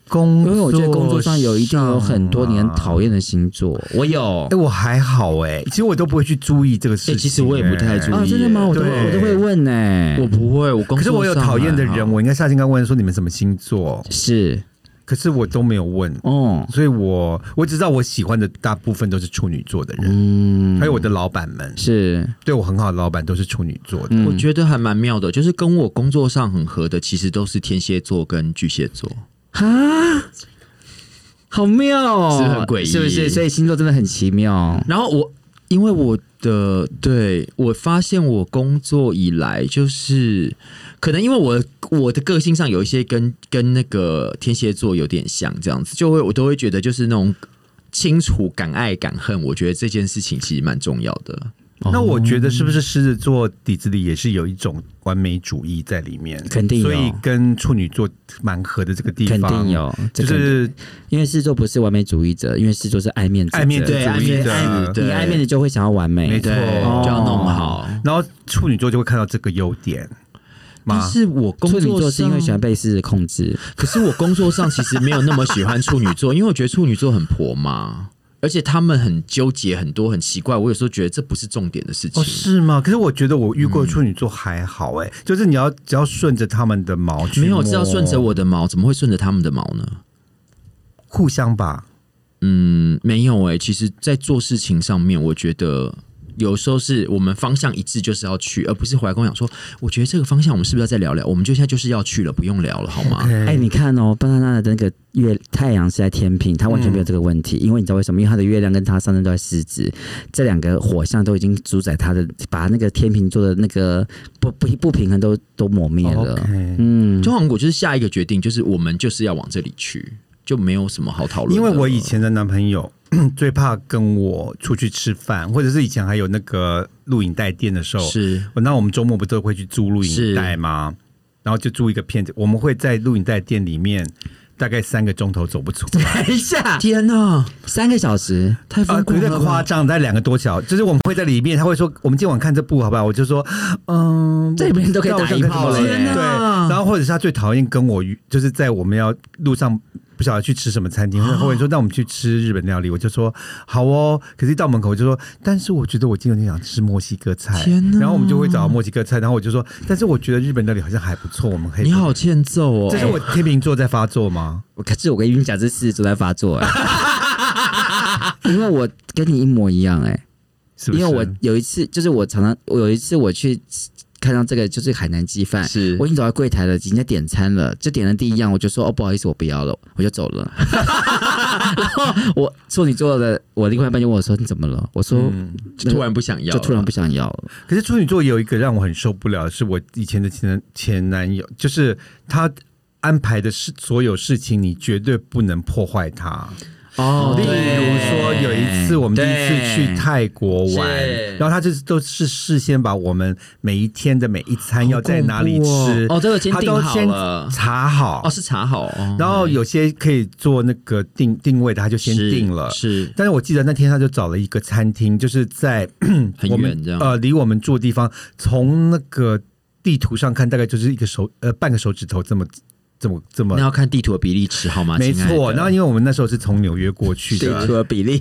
Speaker 1: 工
Speaker 3: 因
Speaker 1: 作，
Speaker 3: 为我觉得工作上有一定有很多你很讨
Speaker 1: 厌。
Speaker 3: 厌的星座，我有
Speaker 1: 哎、我还好哎、其实我都不会去注意这个事情、
Speaker 2: <laughs> 哎其实我也不太注意
Speaker 1: 哎
Speaker 3: 啊，真的吗？我都
Speaker 1: 对
Speaker 3: 我都会问呢。
Speaker 2: 我不会，我工
Speaker 1: 可是
Speaker 2: 作
Speaker 3: 啊
Speaker 1: 我有
Speaker 2: 上
Speaker 1: 讨厌的
Speaker 2: 还好
Speaker 1: 人，我应该下次应该问说你们什么星座？
Speaker 3: 是
Speaker 1: 可是我都没有问，
Speaker 3: 哦，
Speaker 1: 所以我我只知道我喜欢的大部分都是处女座的人，
Speaker 3: 嗯，
Speaker 1: 还有我的老板们，
Speaker 3: 是，
Speaker 1: 对我很好的老板都是处女座的。
Speaker 2: 我觉得还蛮妙的，就是跟我工作上很合的，其实都是天蝎座跟巨蟹座。
Speaker 3: 啊，好妙哦，
Speaker 2: 是不是很诡异
Speaker 3: 是不是？所以星座真的很奇妙。
Speaker 2: 然后我因为我的对我发现我工作以来，就是可能因为我我的个性上有一些跟跟那个天蝎座有点像，这样子就会我都会觉得就是那种。清楚敢爱敢恨，我觉得这件事情其实蛮重要的。
Speaker 3: 哦
Speaker 1: 那我觉得是不是狮子座底子里也是有一种完美主义在里面？
Speaker 3: 肯定有
Speaker 1: 所以跟处女座蛮合的这个地
Speaker 3: 肯
Speaker 1: 方，
Speaker 3: 定有，这
Speaker 1: 就
Speaker 3: 肯定
Speaker 1: 是
Speaker 3: 因为狮子座不是完美主义者，因为狮子座是爱面子者，
Speaker 1: 爱面子主
Speaker 2: 对爱
Speaker 1: 义
Speaker 2: 面子
Speaker 1: 的。
Speaker 2: 对
Speaker 3: 你爱面子就会想要完
Speaker 1: 没
Speaker 3: 美，
Speaker 1: 错
Speaker 2: 对，就要弄好。
Speaker 1: 然后处女座就会看到这个优点
Speaker 2: 但
Speaker 1: 吗？
Speaker 2: 是我工
Speaker 3: 处
Speaker 2: 作
Speaker 3: 女座是因为喜欢
Speaker 2: 上
Speaker 3: 被狮子控制，
Speaker 2: 可是我工作上其实没有那么喜欢处女座，因为我觉得处女座很婆妈，而且他们很纠结很多，很奇怪。我有时候觉得这不是重点的事情。
Speaker 1: 哦，是吗？可是我觉得我遇过
Speaker 3: 嗯
Speaker 1: 处女座还好哎、就是你要只要顺着他们的毛去摸，
Speaker 2: 没有，这要顺着我的毛，怎么会顺着他们的毛呢？
Speaker 1: 互相吧。
Speaker 2: 嗯，没有诶、其实，在做事情上面，我觉得有时候是我们方向一致，就是要去，而不是回来跟我讲说，我觉得这个方向我们是不是要再聊聊？我们就现在就是要去了，不用聊了，好吗？
Speaker 1: 哎
Speaker 3: 哎、你看哦，巴娜娜的那个月太阳是在天平，它完全没有这个问题，
Speaker 1: 嗯
Speaker 3: 因为你知道为什么？因为它的月亮跟它上升都在狮子，这两个火象都已经主宰它的，把那个天平座的那个不不不平衡都都磨灭了。
Speaker 1: 哦 OK
Speaker 3: 嗯，
Speaker 2: 就好像我就是下一个决定，就是我们就是要往这里去，就没有什么好讨论的。
Speaker 1: 因为我以前的男朋友最怕跟我出去吃饭，或者是以前还有那个录影带店的时候，
Speaker 2: 是
Speaker 1: 那我们周末不都会去租录影带吗？然后就租一个片子，我们会在录影带店里面大概三个钟头走不出来。
Speaker 3: 等一下，
Speaker 2: 天
Speaker 1: <laughs>
Speaker 2: 呐，
Speaker 3: 三个小时，
Speaker 2: 太
Speaker 1: 啊
Speaker 2: 疯，
Speaker 1: 有
Speaker 2: 狂
Speaker 1: 点
Speaker 2: 了！
Speaker 1: 夸，张，在两个多小时，就是我们会在里面，他会说呃我们今晚看这部好不好？我就说， <laughs> 嗯，
Speaker 3: 在里面都可以打一炮了
Speaker 1: 对，
Speaker 3: 耶
Speaker 1: 然后或者是他最讨厌跟我约，就是在我们要路上不晓得去吃什么餐厅，或者或者说让我们去吃日本料理，我就说好哦。可是一到门口我就说，但是我觉得我今天有点想吃墨西哥菜，
Speaker 2: 天哪
Speaker 1: 然后我们就会找墨西哥菜，然后我就说，但是我觉得日本料理好像还不错，我们可以。
Speaker 2: 你好，欠揍哦！
Speaker 1: 哎这是我天秤座在发作吗？
Speaker 3: 我可是我跟你讲，这狮子座在发
Speaker 1: <laughs>
Speaker 3: 作、哎，因为我跟你一模一样哎、
Speaker 1: 是不是？
Speaker 3: 因为我有一次，就是我常常，我有一次我去看到这个就是海南鸡饭，
Speaker 2: 是
Speaker 3: 我已经走到柜台了，人家点餐了，就点了第一样，我就说哦不好意思，我不要了，我就走了。 <laughs> 然后我处女座的我另外一半就问我说你怎么了？我说、
Speaker 1: 嗯
Speaker 2: 就突然不想要
Speaker 3: 就
Speaker 2: 了，
Speaker 3: 突然不想要了。
Speaker 1: 可是处女座有一个让我很受不了，是我以前的前前男友，就是他安排的事所有事情，你绝对不能破坏他。
Speaker 3: 哦
Speaker 1: 例如
Speaker 3: 对
Speaker 1: 说，有一次我们第一次去
Speaker 3: 对
Speaker 1: 泰国玩
Speaker 3: 是，
Speaker 1: 然后他就是都是事先把我们每一天的每一餐要在哪里吃，
Speaker 2: 哦，这个先
Speaker 1: 他
Speaker 2: 定
Speaker 1: 都
Speaker 2: 好
Speaker 1: 先
Speaker 2: 了，
Speaker 1: 查好，
Speaker 2: 哦，是查好，哦
Speaker 1: 然后有些可以做那个定定位的，他就先
Speaker 2: 是
Speaker 1: 定了。
Speaker 2: 是
Speaker 1: 但是我记得那天他就找了一个餐厅，就是在
Speaker 2: 很
Speaker 1: 我
Speaker 2: 远
Speaker 1: 们
Speaker 2: 这样
Speaker 1: 呃离我们住的地方，从那个地图上看，大概就是一个手呃半个手指头这么这么这
Speaker 2: 那
Speaker 1: 么。
Speaker 2: 要看地图的比例尺好吗？
Speaker 1: 呃没
Speaker 2: 亲爱的
Speaker 1: 错，然后因为我们那时候是从纽约过去
Speaker 3: 对，除
Speaker 1: 的，
Speaker 3: 了
Speaker 1: <laughs>
Speaker 3: 比例，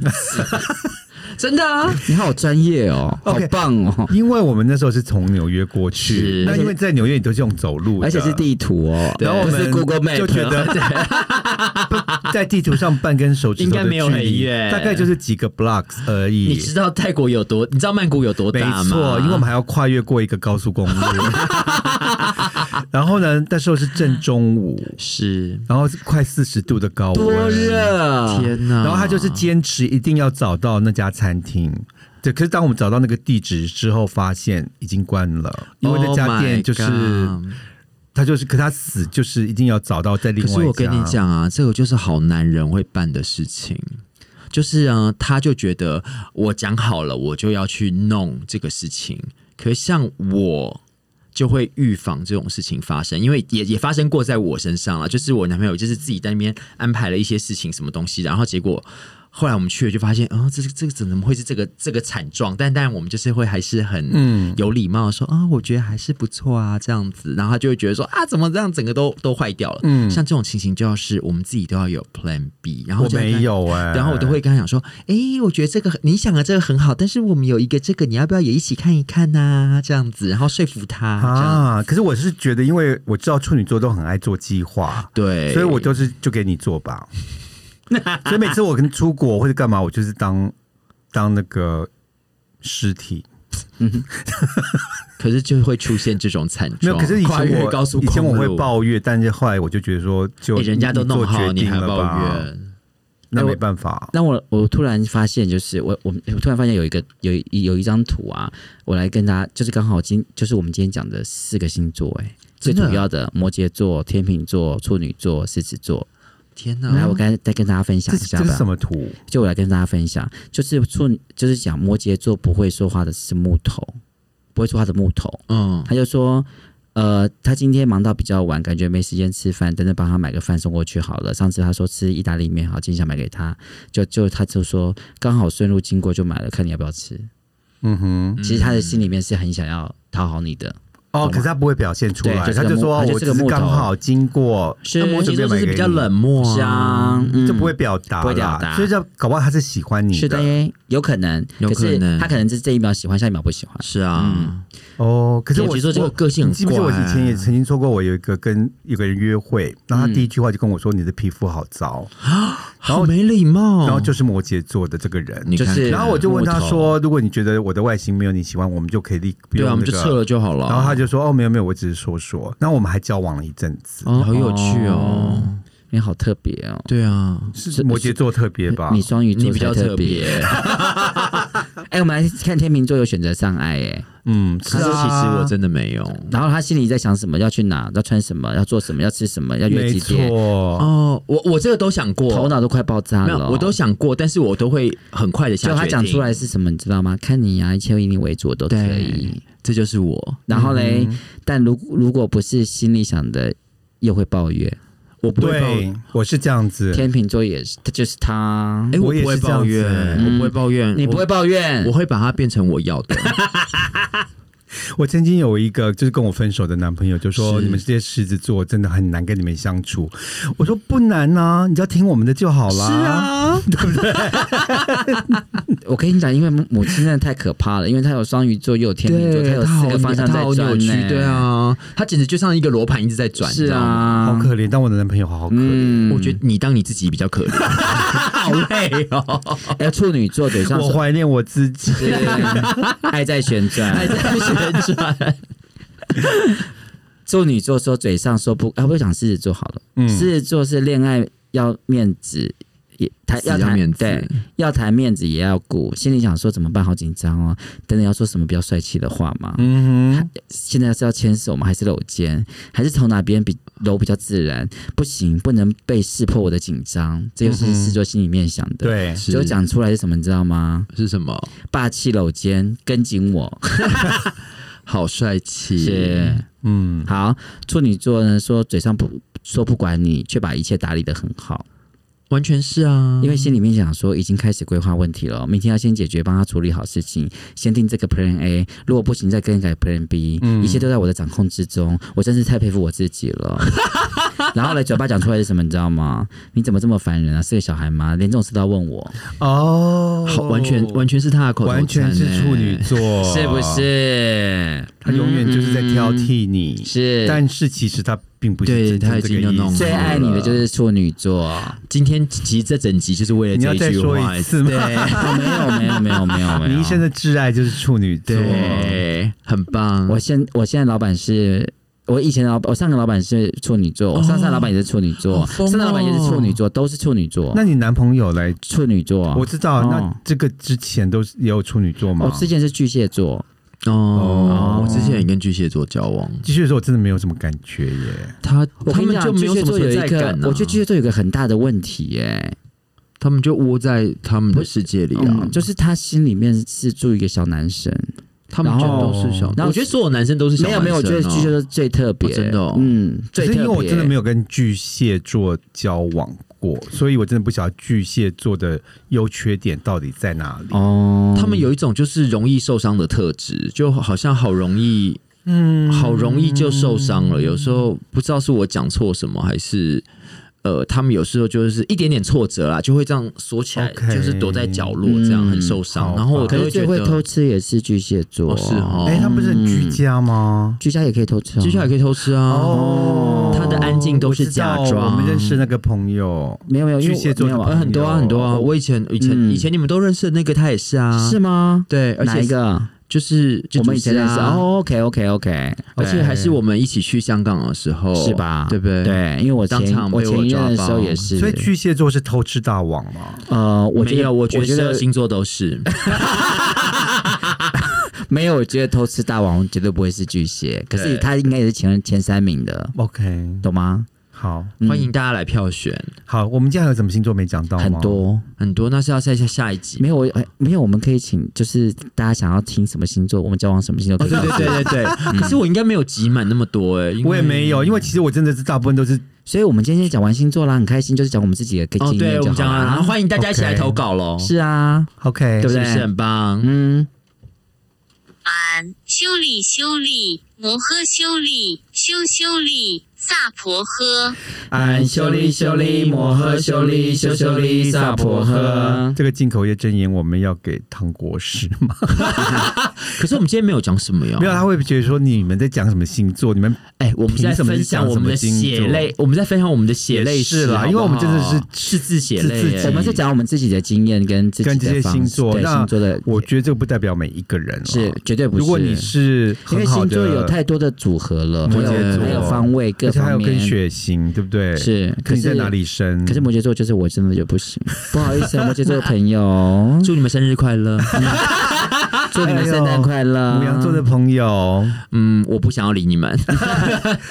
Speaker 2: 真的啊，
Speaker 3: 你好专业哦，好
Speaker 1: OK
Speaker 3: 棒
Speaker 1: <laughs>
Speaker 3: 哦，
Speaker 1: 因为我们那时候是从纽约过去
Speaker 2: 是，
Speaker 1: 那因为在纽约你都是用走路的，
Speaker 3: 而且是地图哦，
Speaker 1: 然啊后我
Speaker 3: 不
Speaker 1: 们
Speaker 3: 是 Google Map，
Speaker 1: 就觉得 <laughs> 在地图上半根手指头
Speaker 2: 应该
Speaker 1: 的
Speaker 2: 没有
Speaker 1: 距
Speaker 2: 很
Speaker 1: 离
Speaker 2: 远
Speaker 1: 大概就是几个 blocks 而已。
Speaker 2: 你知道泰国有多，你知道曼谷有多
Speaker 1: 没
Speaker 2: 大吗？
Speaker 1: 错，因为我们还要跨越过一个高速公
Speaker 2: <laughs>
Speaker 1: 路。然后呢，那时候是正中午，
Speaker 2: 是
Speaker 1: 然后是快四十度的高
Speaker 3: 多
Speaker 1: 温，
Speaker 3: 热，啊
Speaker 2: 天哪，
Speaker 1: 然后他就是坚持一定要找到那家餐厅。对，可是当我们找到那个地址之后，发现已经关了，因为那
Speaker 2: Oh
Speaker 1: 家
Speaker 2: my
Speaker 1: 店就是、
Speaker 2: God
Speaker 1: 他就是，可他死就是一定要找到在另
Speaker 2: 可
Speaker 1: 外一家。
Speaker 2: 是我跟你，讲啊，这个就是好男人会办的事情，就是啊，他就觉得我讲好了，我就要去弄这个事情。可是像我就会预防这种事情发生，因为也也发生过在我身上了。就是我男朋友就是自己在那边安排了一些事情，什么东西，然后结果后来我们去了就发现，啊、这个这个怎么会是这个这个惨状？但但我们就是会还是很
Speaker 1: 嗯
Speaker 2: 有礼貌地说啊、我觉得还是不错啊这样子，然后他就会觉得说啊，怎么这样整个都都坏掉了？
Speaker 1: 嗯
Speaker 2: 像这种情形就要是我们自己都要有 Plan B，然后
Speaker 1: 我
Speaker 2: 就要跟
Speaker 1: 没有哎、
Speaker 2: 然后我都会跟他讲说：“哎、我觉得这个你想的这个很好，但是我们有一个这个，你要不要也一起看一看呐、这样子，然后说服他。这样
Speaker 1: 啊，可是我是觉得，因为我知道处女座都很爱做计划，
Speaker 2: 对，
Speaker 1: 所以我都是就给你做
Speaker 2: <laughs>
Speaker 1: 吧。所以每次我跟出国或者干嘛，我就是当当那个尸体。
Speaker 2: 可是就会出现这种惨状。
Speaker 1: 没有，可是以
Speaker 2: 跨
Speaker 1: 前
Speaker 2: 越
Speaker 1: 我
Speaker 2: 高速
Speaker 1: 以
Speaker 2: 公
Speaker 1: 前
Speaker 2: 路，
Speaker 1: 我会抱怨，但是后来我就觉得说就，
Speaker 2: 诶人家都弄
Speaker 1: 做
Speaker 2: 好，
Speaker 1: 决
Speaker 2: 你
Speaker 1: 定
Speaker 2: 还
Speaker 1: 了
Speaker 2: 抱
Speaker 1: 吧，
Speaker 2: 怨？哎
Speaker 1: 那没办法。
Speaker 3: 但我我突然发现，就是我我我突然发现有一个有一有一张图啊，我来跟大家，就是刚好今就是我们今天讲的四个星座、哎，最
Speaker 2: 真的啊
Speaker 3: 主要的摩羯座、天秤座、处女座、狮子座。
Speaker 2: 天
Speaker 1: 嗯
Speaker 3: 来，
Speaker 2: 哪！
Speaker 3: 我该再跟大家分享
Speaker 1: 这
Speaker 3: 一
Speaker 1: 是哦
Speaker 3: 下
Speaker 1: 这是
Speaker 3: 吧
Speaker 1: 什。么图？
Speaker 3: 就我来跟大家分享，就是处女就是讲摩羯座不会说话的是木头，不会说话的木头，
Speaker 2: 嗯，
Speaker 3: 他就说。呃，他今天忙到比较晚，感觉没时间吃饭，等等帮他买个饭送过去好了。上次他说吃意大利面好，今天想买给他，就就他就说刚好顺路经过就买了，看你要不要吃。
Speaker 1: 嗯哼，
Speaker 3: 其实他的心里面是很想要讨好你的，
Speaker 1: 哦，
Speaker 3: 懂吗
Speaker 1: 可是他不会表现出来，
Speaker 3: 对就是
Speaker 1: 他
Speaker 3: 个
Speaker 1: 就
Speaker 3: 木
Speaker 1: 说
Speaker 3: 他就
Speaker 1: 我
Speaker 3: 是
Speaker 1: 只
Speaker 3: 个
Speaker 1: 是
Speaker 3: 木
Speaker 1: 刚
Speaker 3: 头
Speaker 1: 好经过，
Speaker 3: 是
Speaker 2: 那摩羯座就是比较冷漠
Speaker 3: 是啊，嗯
Speaker 1: 就不会嗯表达啦，
Speaker 3: 不会表达
Speaker 1: 所以这搞不好他是喜欢你
Speaker 3: 是的耶，有可能，
Speaker 2: 有可能
Speaker 3: 可是他可能是这一秒喜欢，下一秒不喜欢。
Speaker 2: 是啊，
Speaker 1: 哦。可是我
Speaker 2: 摩羯座这个
Speaker 1: 我
Speaker 2: 个性很
Speaker 1: 你记不记得我
Speaker 2: 怪
Speaker 1: 以前也曾经说过，我有一个跟有个人约会，然
Speaker 2: 嗯
Speaker 1: 后他第一句话就跟我说：“你的皮肤好糟。
Speaker 2: 好没礼貌。
Speaker 1: 然后就是摩羯座的这个人，
Speaker 2: 哦你看
Speaker 3: 就是
Speaker 2: 看
Speaker 1: 然后我就问他
Speaker 2: 木头，
Speaker 1: 说：“如果你觉得我的外形没有你喜欢，我们就可以立，不
Speaker 2: 对
Speaker 1: 用
Speaker 2: 啊，我们
Speaker 1: 那
Speaker 2: 就
Speaker 1: 个
Speaker 2: 撤了。就好”了。
Speaker 1: 然后他就说：“哦，没有没有，我只是说说。”然后我们还交往了一阵子，
Speaker 2: 哦，好有趣哦。
Speaker 3: 你好特别哦。
Speaker 2: 对啊，
Speaker 1: 是摩羯座特别吧
Speaker 3: 你？双鱼
Speaker 2: 你
Speaker 3: 座
Speaker 2: 比较
Speaker 3: 才
Speaker 2: 特
Speaker 3: 特
Speaker 2: 别。。
Speaker 3: <laughs> 哎、我们来看天秤座有选择障碍哎，
Speaker 1: 嗯，是
Speaker 2: 可是其实
Speaker 1: 啊
Speaker 2: 我真的没有。
Speaker 3: 然后他心里在想什么，要去哪，要穿什么，要做什么，要吃什么，要约
Speaker 1: 没
Speaker 3: 几点，
Speaker 1: 错，
Speaker 2: 哦，我我这个都想过，
Speaker 3: 头脑都快爆炸
Speaker 2: 没有
Speaker 3: 了，。
Speaker 2: 我都想过，但是我都会很快的下
Speaker 3: 就
Speaker 2: 决定。
Speaker 3: 他讲出来，是什么，你知道吗？看你啊，一切以你为主，我都可以
Speaker 2: 对。嗯这就是我，
Speaker 3: 然后嘞，但如如果不是心里想的，又会抱怨。
Speaker 2: 我不会抱
Speaker 1: 对，我是这样子。
Speaker 3: 天秤座也是，他就是他，
Speaker 2: 哎，
Speaker 1: 我也
Speaker 2: 不会
Speaker 1: 是这样
Speaker 2: 抱
Speaker 1: 子
Speaker 2: 怨，
Speaker 1: 嗯
Speaker 2: 我不会抱怨，
Speaker 3: 你不会抱怨
Speaker 2: 我，我，会把它变成我要的。
Speaker 1: 我曾经有一个就是跟我分手的男朋友，就说
Speaker 2: 是
Speaker 1: 你们这些狮子座真的很难跟你们相处。我说不难啊，你只要听我们的就好啦。
Speaker 3: <laughs>
Speaker 2: 啊，
Speaker 3: 我跟你讲，因为母亲真的太可怕了，因为他有双鱼座，又有天秤座，他
Speaker 2: 对，
Speaker 3: 有
Speaker 2: 它
Speaker 3: 四
Speaker 2: 好
Speaker 3: 个方向
Speaker 2: 它
Speaker 3: 在
Speaker 2: 好扭
Speaker 3: 转
Speaker 2: 曲
Speaker 3: 呢、，
Speaker 2: 对，啊，它简直就像一个罗盘一直在转，
Speaker 3: 是
Speaker 2: 你知道吗。
Speaker 3: 啊，
Speaker 1: 好可怜，但我的男朋友好好可怜。
Speaker 3: 嗯
Speaker 2: 我觉得你当你自己比较
Speaker 3: <laughs>
Speaker 2: 可怜，好累哦。
Speaker 3: 哎，处女座嘴上
Speaker 1: 我
Speaker 3: 是
Speaker 1: 怀念我自己。
Speaker 3: <laughs> 爱在旋转，
Speaker 2: 在旋转，
Speaker 3: 处女座说嘴上说不，啊，不讲狮子座好了，
Speaker 1: 嗯
Speaker 3: 狮子座是恋爱要面子，也谈
Speaker 2: 只要
Speaker 3: 谈
Speaker 2: 面子
Speaker 3: 对，要谈面子也要顾，心里想说怎么办，好紧张哦，等等要说什么比较帅气的话吗？
Speaker 1: 嗯哼，
Speaker 3: 现在是要牵手吗？还是搂肩？还是从哪边比搂比较自然？不行，不能被识破我的紧张，这就是狮子座心里面想的。
Speaker 1: 对，
Speaker 2: 嗯是
Speaker 3: 就讲出来是什么，你知道吗？
Speaker 2: 是什么？
Speaker 3: 霸气搂肩，跟紧我。
Speaker 2: 好帅气，
Speaker 3: 是
Speaker 1: 嗯，
Speaker 3: 好，处女座呢说嘴上不说不管你，却把一切打理得很好，
Speaker 2: 完全是啊，
Speaker 3: 因为心里面想说已经开始规划问题了，明天要先解决，帮他处理好事情，先定这个 Plan A，如果不行再更改 Plan B，、一
Speaker 1: 嗯
Speaker 3: 切都在我的掌控之中，我真是太佩服我自己
Speaker 1: <laughs>
Speaker 3: 了。然后呢，嘴巴讲出来是什么，你知道吗？你怎么这么烦人啊？是个小孩吗？连这种事都要问我，
Speaker 1: 哦，
Speaker 2: 好，完全完全是他的口头
Speaker 1: 完全
Speaker 2: 禅
Speaker 1: 是
Speaker 2: 欸
Speaker 1: 处女座，
Speaker 3: 是不？是？嗯
Speaker 1: 他永
Speaker 2: 嗯
Speaker 1: 远就是在挑剔你，
Speaker 3: 是
Speaker 1: 但是其实他并不是
Speaker 2: 对
Speaker 1: 真正
Speaker 2: 他已
Speaker 1: 这
Speaker 2: 经
Speaker 1: 个
Speaker 2: 就
Speaker 1: 意
Speaker 2: 弄
Speaker 1: 思
Speaker 3: 最爱你的就是处女座。
Speaker 2: 今天其实这整集就是为了
Speaker 1: 你要
Speaker 2: 这
Speaker 1: 再
Speaker 2: 句
Speaker 1: 说
Speaker 2: 话，
Speaker 1: 一次吗？
Speaker 3: 哦没有没有没有没有没有，
Speaker 1: 你一生的挚爱就是处女座，
Speaker 2: 啊对，很棒。
Speaker 3: 我现我现在老板是。我以前的老板，我上个老板是处女座，我上上老板也是处女座，
Speaker 2: 好哦疯哦
Speaker 3: 上上老板也是处女座，都是处女座。
Speaker 1: 那你男朋友来，
Speaker 3: 处女座，
Speaker 1: 我知道，
Speaker 3: 哦
Speaker 1: 那这个之前都是也有处女座吗
Speaker 3: 我？之前是巨蟹座，
Speaker 2: 哦，我之前也跟巨蟹座交往，
Speaker 1: 继续的时候，我真的没有什么感觉耶。
Speaker 2: 他
Speaker 3: 我
Speaker 2: 他
Speaker 3: 跟你
Speaker 2: 们
Speaker 3: 讲，
Speaker 2: 就没
Speaker 3: 巨蟹
Speaker 2: 什么
Speaker 3: 座有
Speaker 2: 存
Speaker 3: 一
Speaker 2: 在
Speaker 3: 个
Speaker 2: 感、啊，，
Speaker 3: 我觉得巨蟹座有一个很大的问题耶、嗯
Speaker 2: 他们就窝在他们的世界里啊，
Speaker 3: 嗯，就是他心里面是住一个小男生，
Speaker 2: 他们全都是小
Speaker 3: 然，后
Speaker 2: 我觉得所有男生都是小
Speaker 3: 没有没有，我觉得
Speaker 2: 男生
Speaker 3: 巨
Speaker 2: 哦
Speaker 3: 蟹座是最特别，
Speaker 2: 哦真的哦
Speaker 3: 嗯，
Speaker 1: 可
Speaker 3: 最
Speaker 1: 是
Speaker 3: 特
Speaker 1: 因
Speaker 3: 别。
Speaker 1: 为我真的没有跟巨蟹座交往过，所以我真的不晓得巨蟹座的优缺点到底在哪里。
Speaker 3: 哦，
Speaker 2: 他们有一种就是容易受伤的特质，就好像好容易，嗯，好容易就受伤
Speaker 1: 嗯
Speaker 2: 了。有时候不知道是我讲错什么，还是呃，他们有时候就是一点点挫折啦，就会这样缩起来
Speaker 1: OK
Speaker 2: 就是躲在角落，这样
Speaker 3: 嗯
Speaker 2: 很受伤。
Speaker 1: 好
Speaker 2: 然后我
Speaker 3: 可
Speaker 2: 都
Speaker 3: 是
Speaker 2: 会觉
Speaker 3: 最会偷
Speaker 2: 得，
Speaker 3: 吃也是巨蟹座，
Speaker 2: 哦是哦
Speaker 1: 哎、他不是很居家吗？
Speaker 3: 居家也可以偷吃、哦，
Speaker 2: 接下来可以偷吃啊。
Speaker 1: 哦
Speaker 2: 他的安静都是
Speaker 1: 我知道
Speaker 2: 假装
Speaker 1: 我们认识那个朋友，
Speaker 3: 没有没有，因为
Speaker 1: 巨蟹座
Speaker 3: 没有
Speaker 1: 的
Speaker 2: 呃，
Speaker 3: 啊
Speaker 2: 很多啊，
Speaker 1: 有
Speaker 2: 很多啊！我以前、以前、
Speaker 3: 嗯
Speaker 2: 以前你们都认识的那个，他也是啊，
Speaker 3: 是吗？
Speaker 2: 对，而
Speaker 3: 哪
Speaker 2: 且
Speaker 3: 一个？
Speaker 2: 就是
Speaker 3: 我们以前认识。
Speaker 2: 啊，
Speaker 3: 哦，OK OK OK，
Speaker 2: 而且还是我们一起去香港的时候，
Speaker 3: 是吧？
Speaker 2: 哦对不对？
Speaker 3: 对，因为我前
Speaker 2: 当场被
Speaker 3: 我
Speaker 2: 我
Speaker 3: 前一任的时
Speaker 2: 抓
Speaker 3: 候
Speaker 2: 包
Speaker 3: 也是，
Speaker 1: 所以巨蟹座是偷吃大王吗？
Speaker 3: 呃，我
Speaker 2: 没
Speaker 3: 觉
Speaker 2: 有，
Speaker 3: 得
Speaker 2: 我
Speaker 3: 觉
Speaker 2: 觉得十二
Speaker 3: 得
Speaker 2: 星座都是。
Speaker 3: 没有，我觉得偷吃大王绝对不会是巨蟹，可是
Speaker 2: 对
Speaker 3: 他应该也是前前三名的，
Speaker 1: OK，
Speaker 3: 懂吗？
Speaker 1: 好
Speaker 3: 嗯
Speaker 2: 欢迎大家来票选，
Speaker 1: 好，我们今天还有什么星座没讲到吗？
Speaker 3: 很多
Speaker 2: 很多那是要在下下一集。
Speaker 3: 没有我哎没有，我们可以请就是大家想要听什么星座，我们交往什么星座，
Speaker 2: 哦，对对对对
Speaker 3: <laughs> 嗯
Speaker 2: 对，可是我应该没有集满那么多哎，因为
Speaker 1: 我也没有，因为其实我真的是大部分都是
Speaker 3: 所以我们今天讲完星座啦，很开心，就是讲我们自己的
Speaker 2: 哦，
Speaker 3: 经
Speaker 2: 对
Speaker 3: 验
Speaker 2: 我
Speaker 3: 就
Speaker 2: 们
Speaker 3: 好
Speaker 2: 讲了，然后
Speaker 3: 啦。
Speaker 2: 欢迎大家一起来投稿喽，
Speaker 3: 是啊，
Speaker 1: OK，
Speaker 3: 对
Speaker 2: 是不是很棒？
Speaker 3: 嗯，
Speaker 4: 俺修理修理摩诃修理修修理萨婆诃。
Speaker 3: 俺修理修理摩诃修理修修理萨婆诃
Speaker 1: 这个进口业真言我们要给唐国师吗？
Speaker 3: <laughs>
Speaker 2: 可是我们今天没有讲什么呀？
Speaker 3: 啊
Speaker 1: 没有，他会觉得说你们在讲什么星座？
Speaker 3: <laughs>
Speaker 1: 你们
Speaker 2: 哎，我们在分享我们的血泪，我们在分享我们的血泪史
Speaker 1: 也是啦
Speaker 2: 好不好
Speaker 1: 因为我们真的是
Speaker 2: 是自血泪，
Speaker 1: 是
Speaker 2: 哎
Speaker 3: 我们是讲我们自己的经验跟自己
Speaker 1: 跟这
Speaker 3: 的
Speaker 1: 些
Speaker 3: 方
Speaker 1: 星座，
Speaker 3: 对
Speaker 1: 那
Speaker 3: 星座的，
Speaker 1: 我觉得这个不代表每一个人了。
Speaker 3: 是绝对不是。
Speaker 1: 如果你是
Speaker 3: 因为
Speaker 1: 很好
Speaker 3: 星
Speaker 1: 的，
Speaker 3: 座有太多的组合了，还
Speaker 1: 摩羯
Speaker 3: 有
Speaker 1: 座
Speaker 3: 还有方位各
Speaker 1: 而且还
Speaker 3: 方
Speaker 1: 有跟
Speaker 3: 面。
Speaker 1: 血型，对不对？
Speaker 3: 是可
Speaker 1: 看你在
Speaker 3: 是
Speaker 1: 哪里生？
Speaker 3: 可是摩羯座就是我真的就不行，不好意思、啊，摩羯座的朋友，
Speaker 2: 祝你们生日快 <laughs> 乐。
Speaker 3: 祝你们圣诞快乐。
Speaker 2: 啊
Speaker 1: 母羊座的朋友，
Speaker 2: 嗯，我不想要理你们，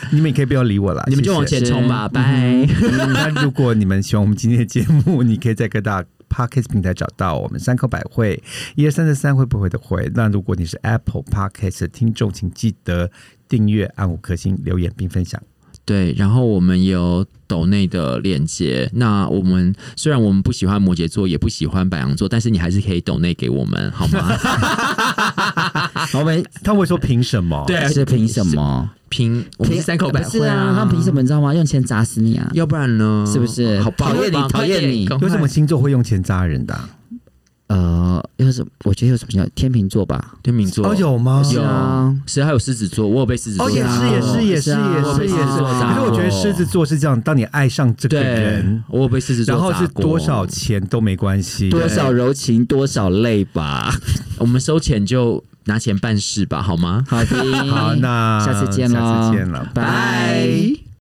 Speaker 1: 你们也可以不要理我啦，
Speaker 2: 你们就往
Speaker 1: 谢谢
Speaker 2: 前冲吧，
Speaker 3: 是
Speaker 2: 拜。
Speaker 1: 嗯那如果你们喜欢我们今天的节目，你可以在各大 Podcast 平台找到我们山口百惠一二三的三会不会的会。那如果你是 Apple Podcast 的听众，请记得订阅、按五颗星、留言并分享。
Speaker 2: 对，然后我们有抖内的链接。那我们虽然我们不喜欢摩羯座，也不喜欢白羊座，但是你还是可以抖内给我们，好 <laughs> 吗？
Speaker 3: 我们
Speaker 1: 他会说凭什么？
Speaker 2: 对啊
Speaker 3: 是凭什么？
Speaker 2: 凭我们是三口百
Speaker 3: 不是
Speaker 2: 惠
Speaker 3: 啊，他们凭什么？你知道吗？用钱砸死你啊！
Speaker 2: 要不然呢？
Speaker 3: 是不是
Speaker 2: 好棒，
Speaker 3: 讨厌你
Speaker 2: 好棒
Speaker 3: 讨厌你
Speaker 2: 快点
Speaker 1: 有什么星座会用钱扎人的啊、
Speaker 3: 呃，又是我觉得有什么叫天秤座吧？
Speaker 2: 天秤座
Speaker 1: 哦，有吗？
Speaker 3: 是啊，
Speaker 2: 是还有狮子座，我有被狮子座
Speaker 1: 哦，也
Speaker 2: 打
Speaker 1: 是，
Speaker 2: 过
Speaker 1: 也是，也是，
Speaker 3: 是啊
Speaker 1: 也是，也
Speaker 2: 我被狮子
Speaker 1: 是。
Speaker 2: 座
Speaker 1: 可
Speaker 2: 打
Speaker 1: 是我觉得
Speaker 2: 过
Speaker 1: 狮子座是这样，当你爱上这个
Speaker 2: 对
Speaker 1: 人，，
Speaker 2: 我有被狮子座
Speaker 1: 然后是
Speaker 2: 打过
Speaker 1: 多少？钱都没关系。
Speaker 3: 多少柔情多少泪吧。
Speaker 2: 我们收钱就拿钱办事吧，好吗？
Speaker 3: 好的，
Speaker 1: 好，那
Speaker 3: 下次见
Speaker 1: 下
Speaker 3: 喽，
Speaker 1: 次见了，
Speaker 3: 拜。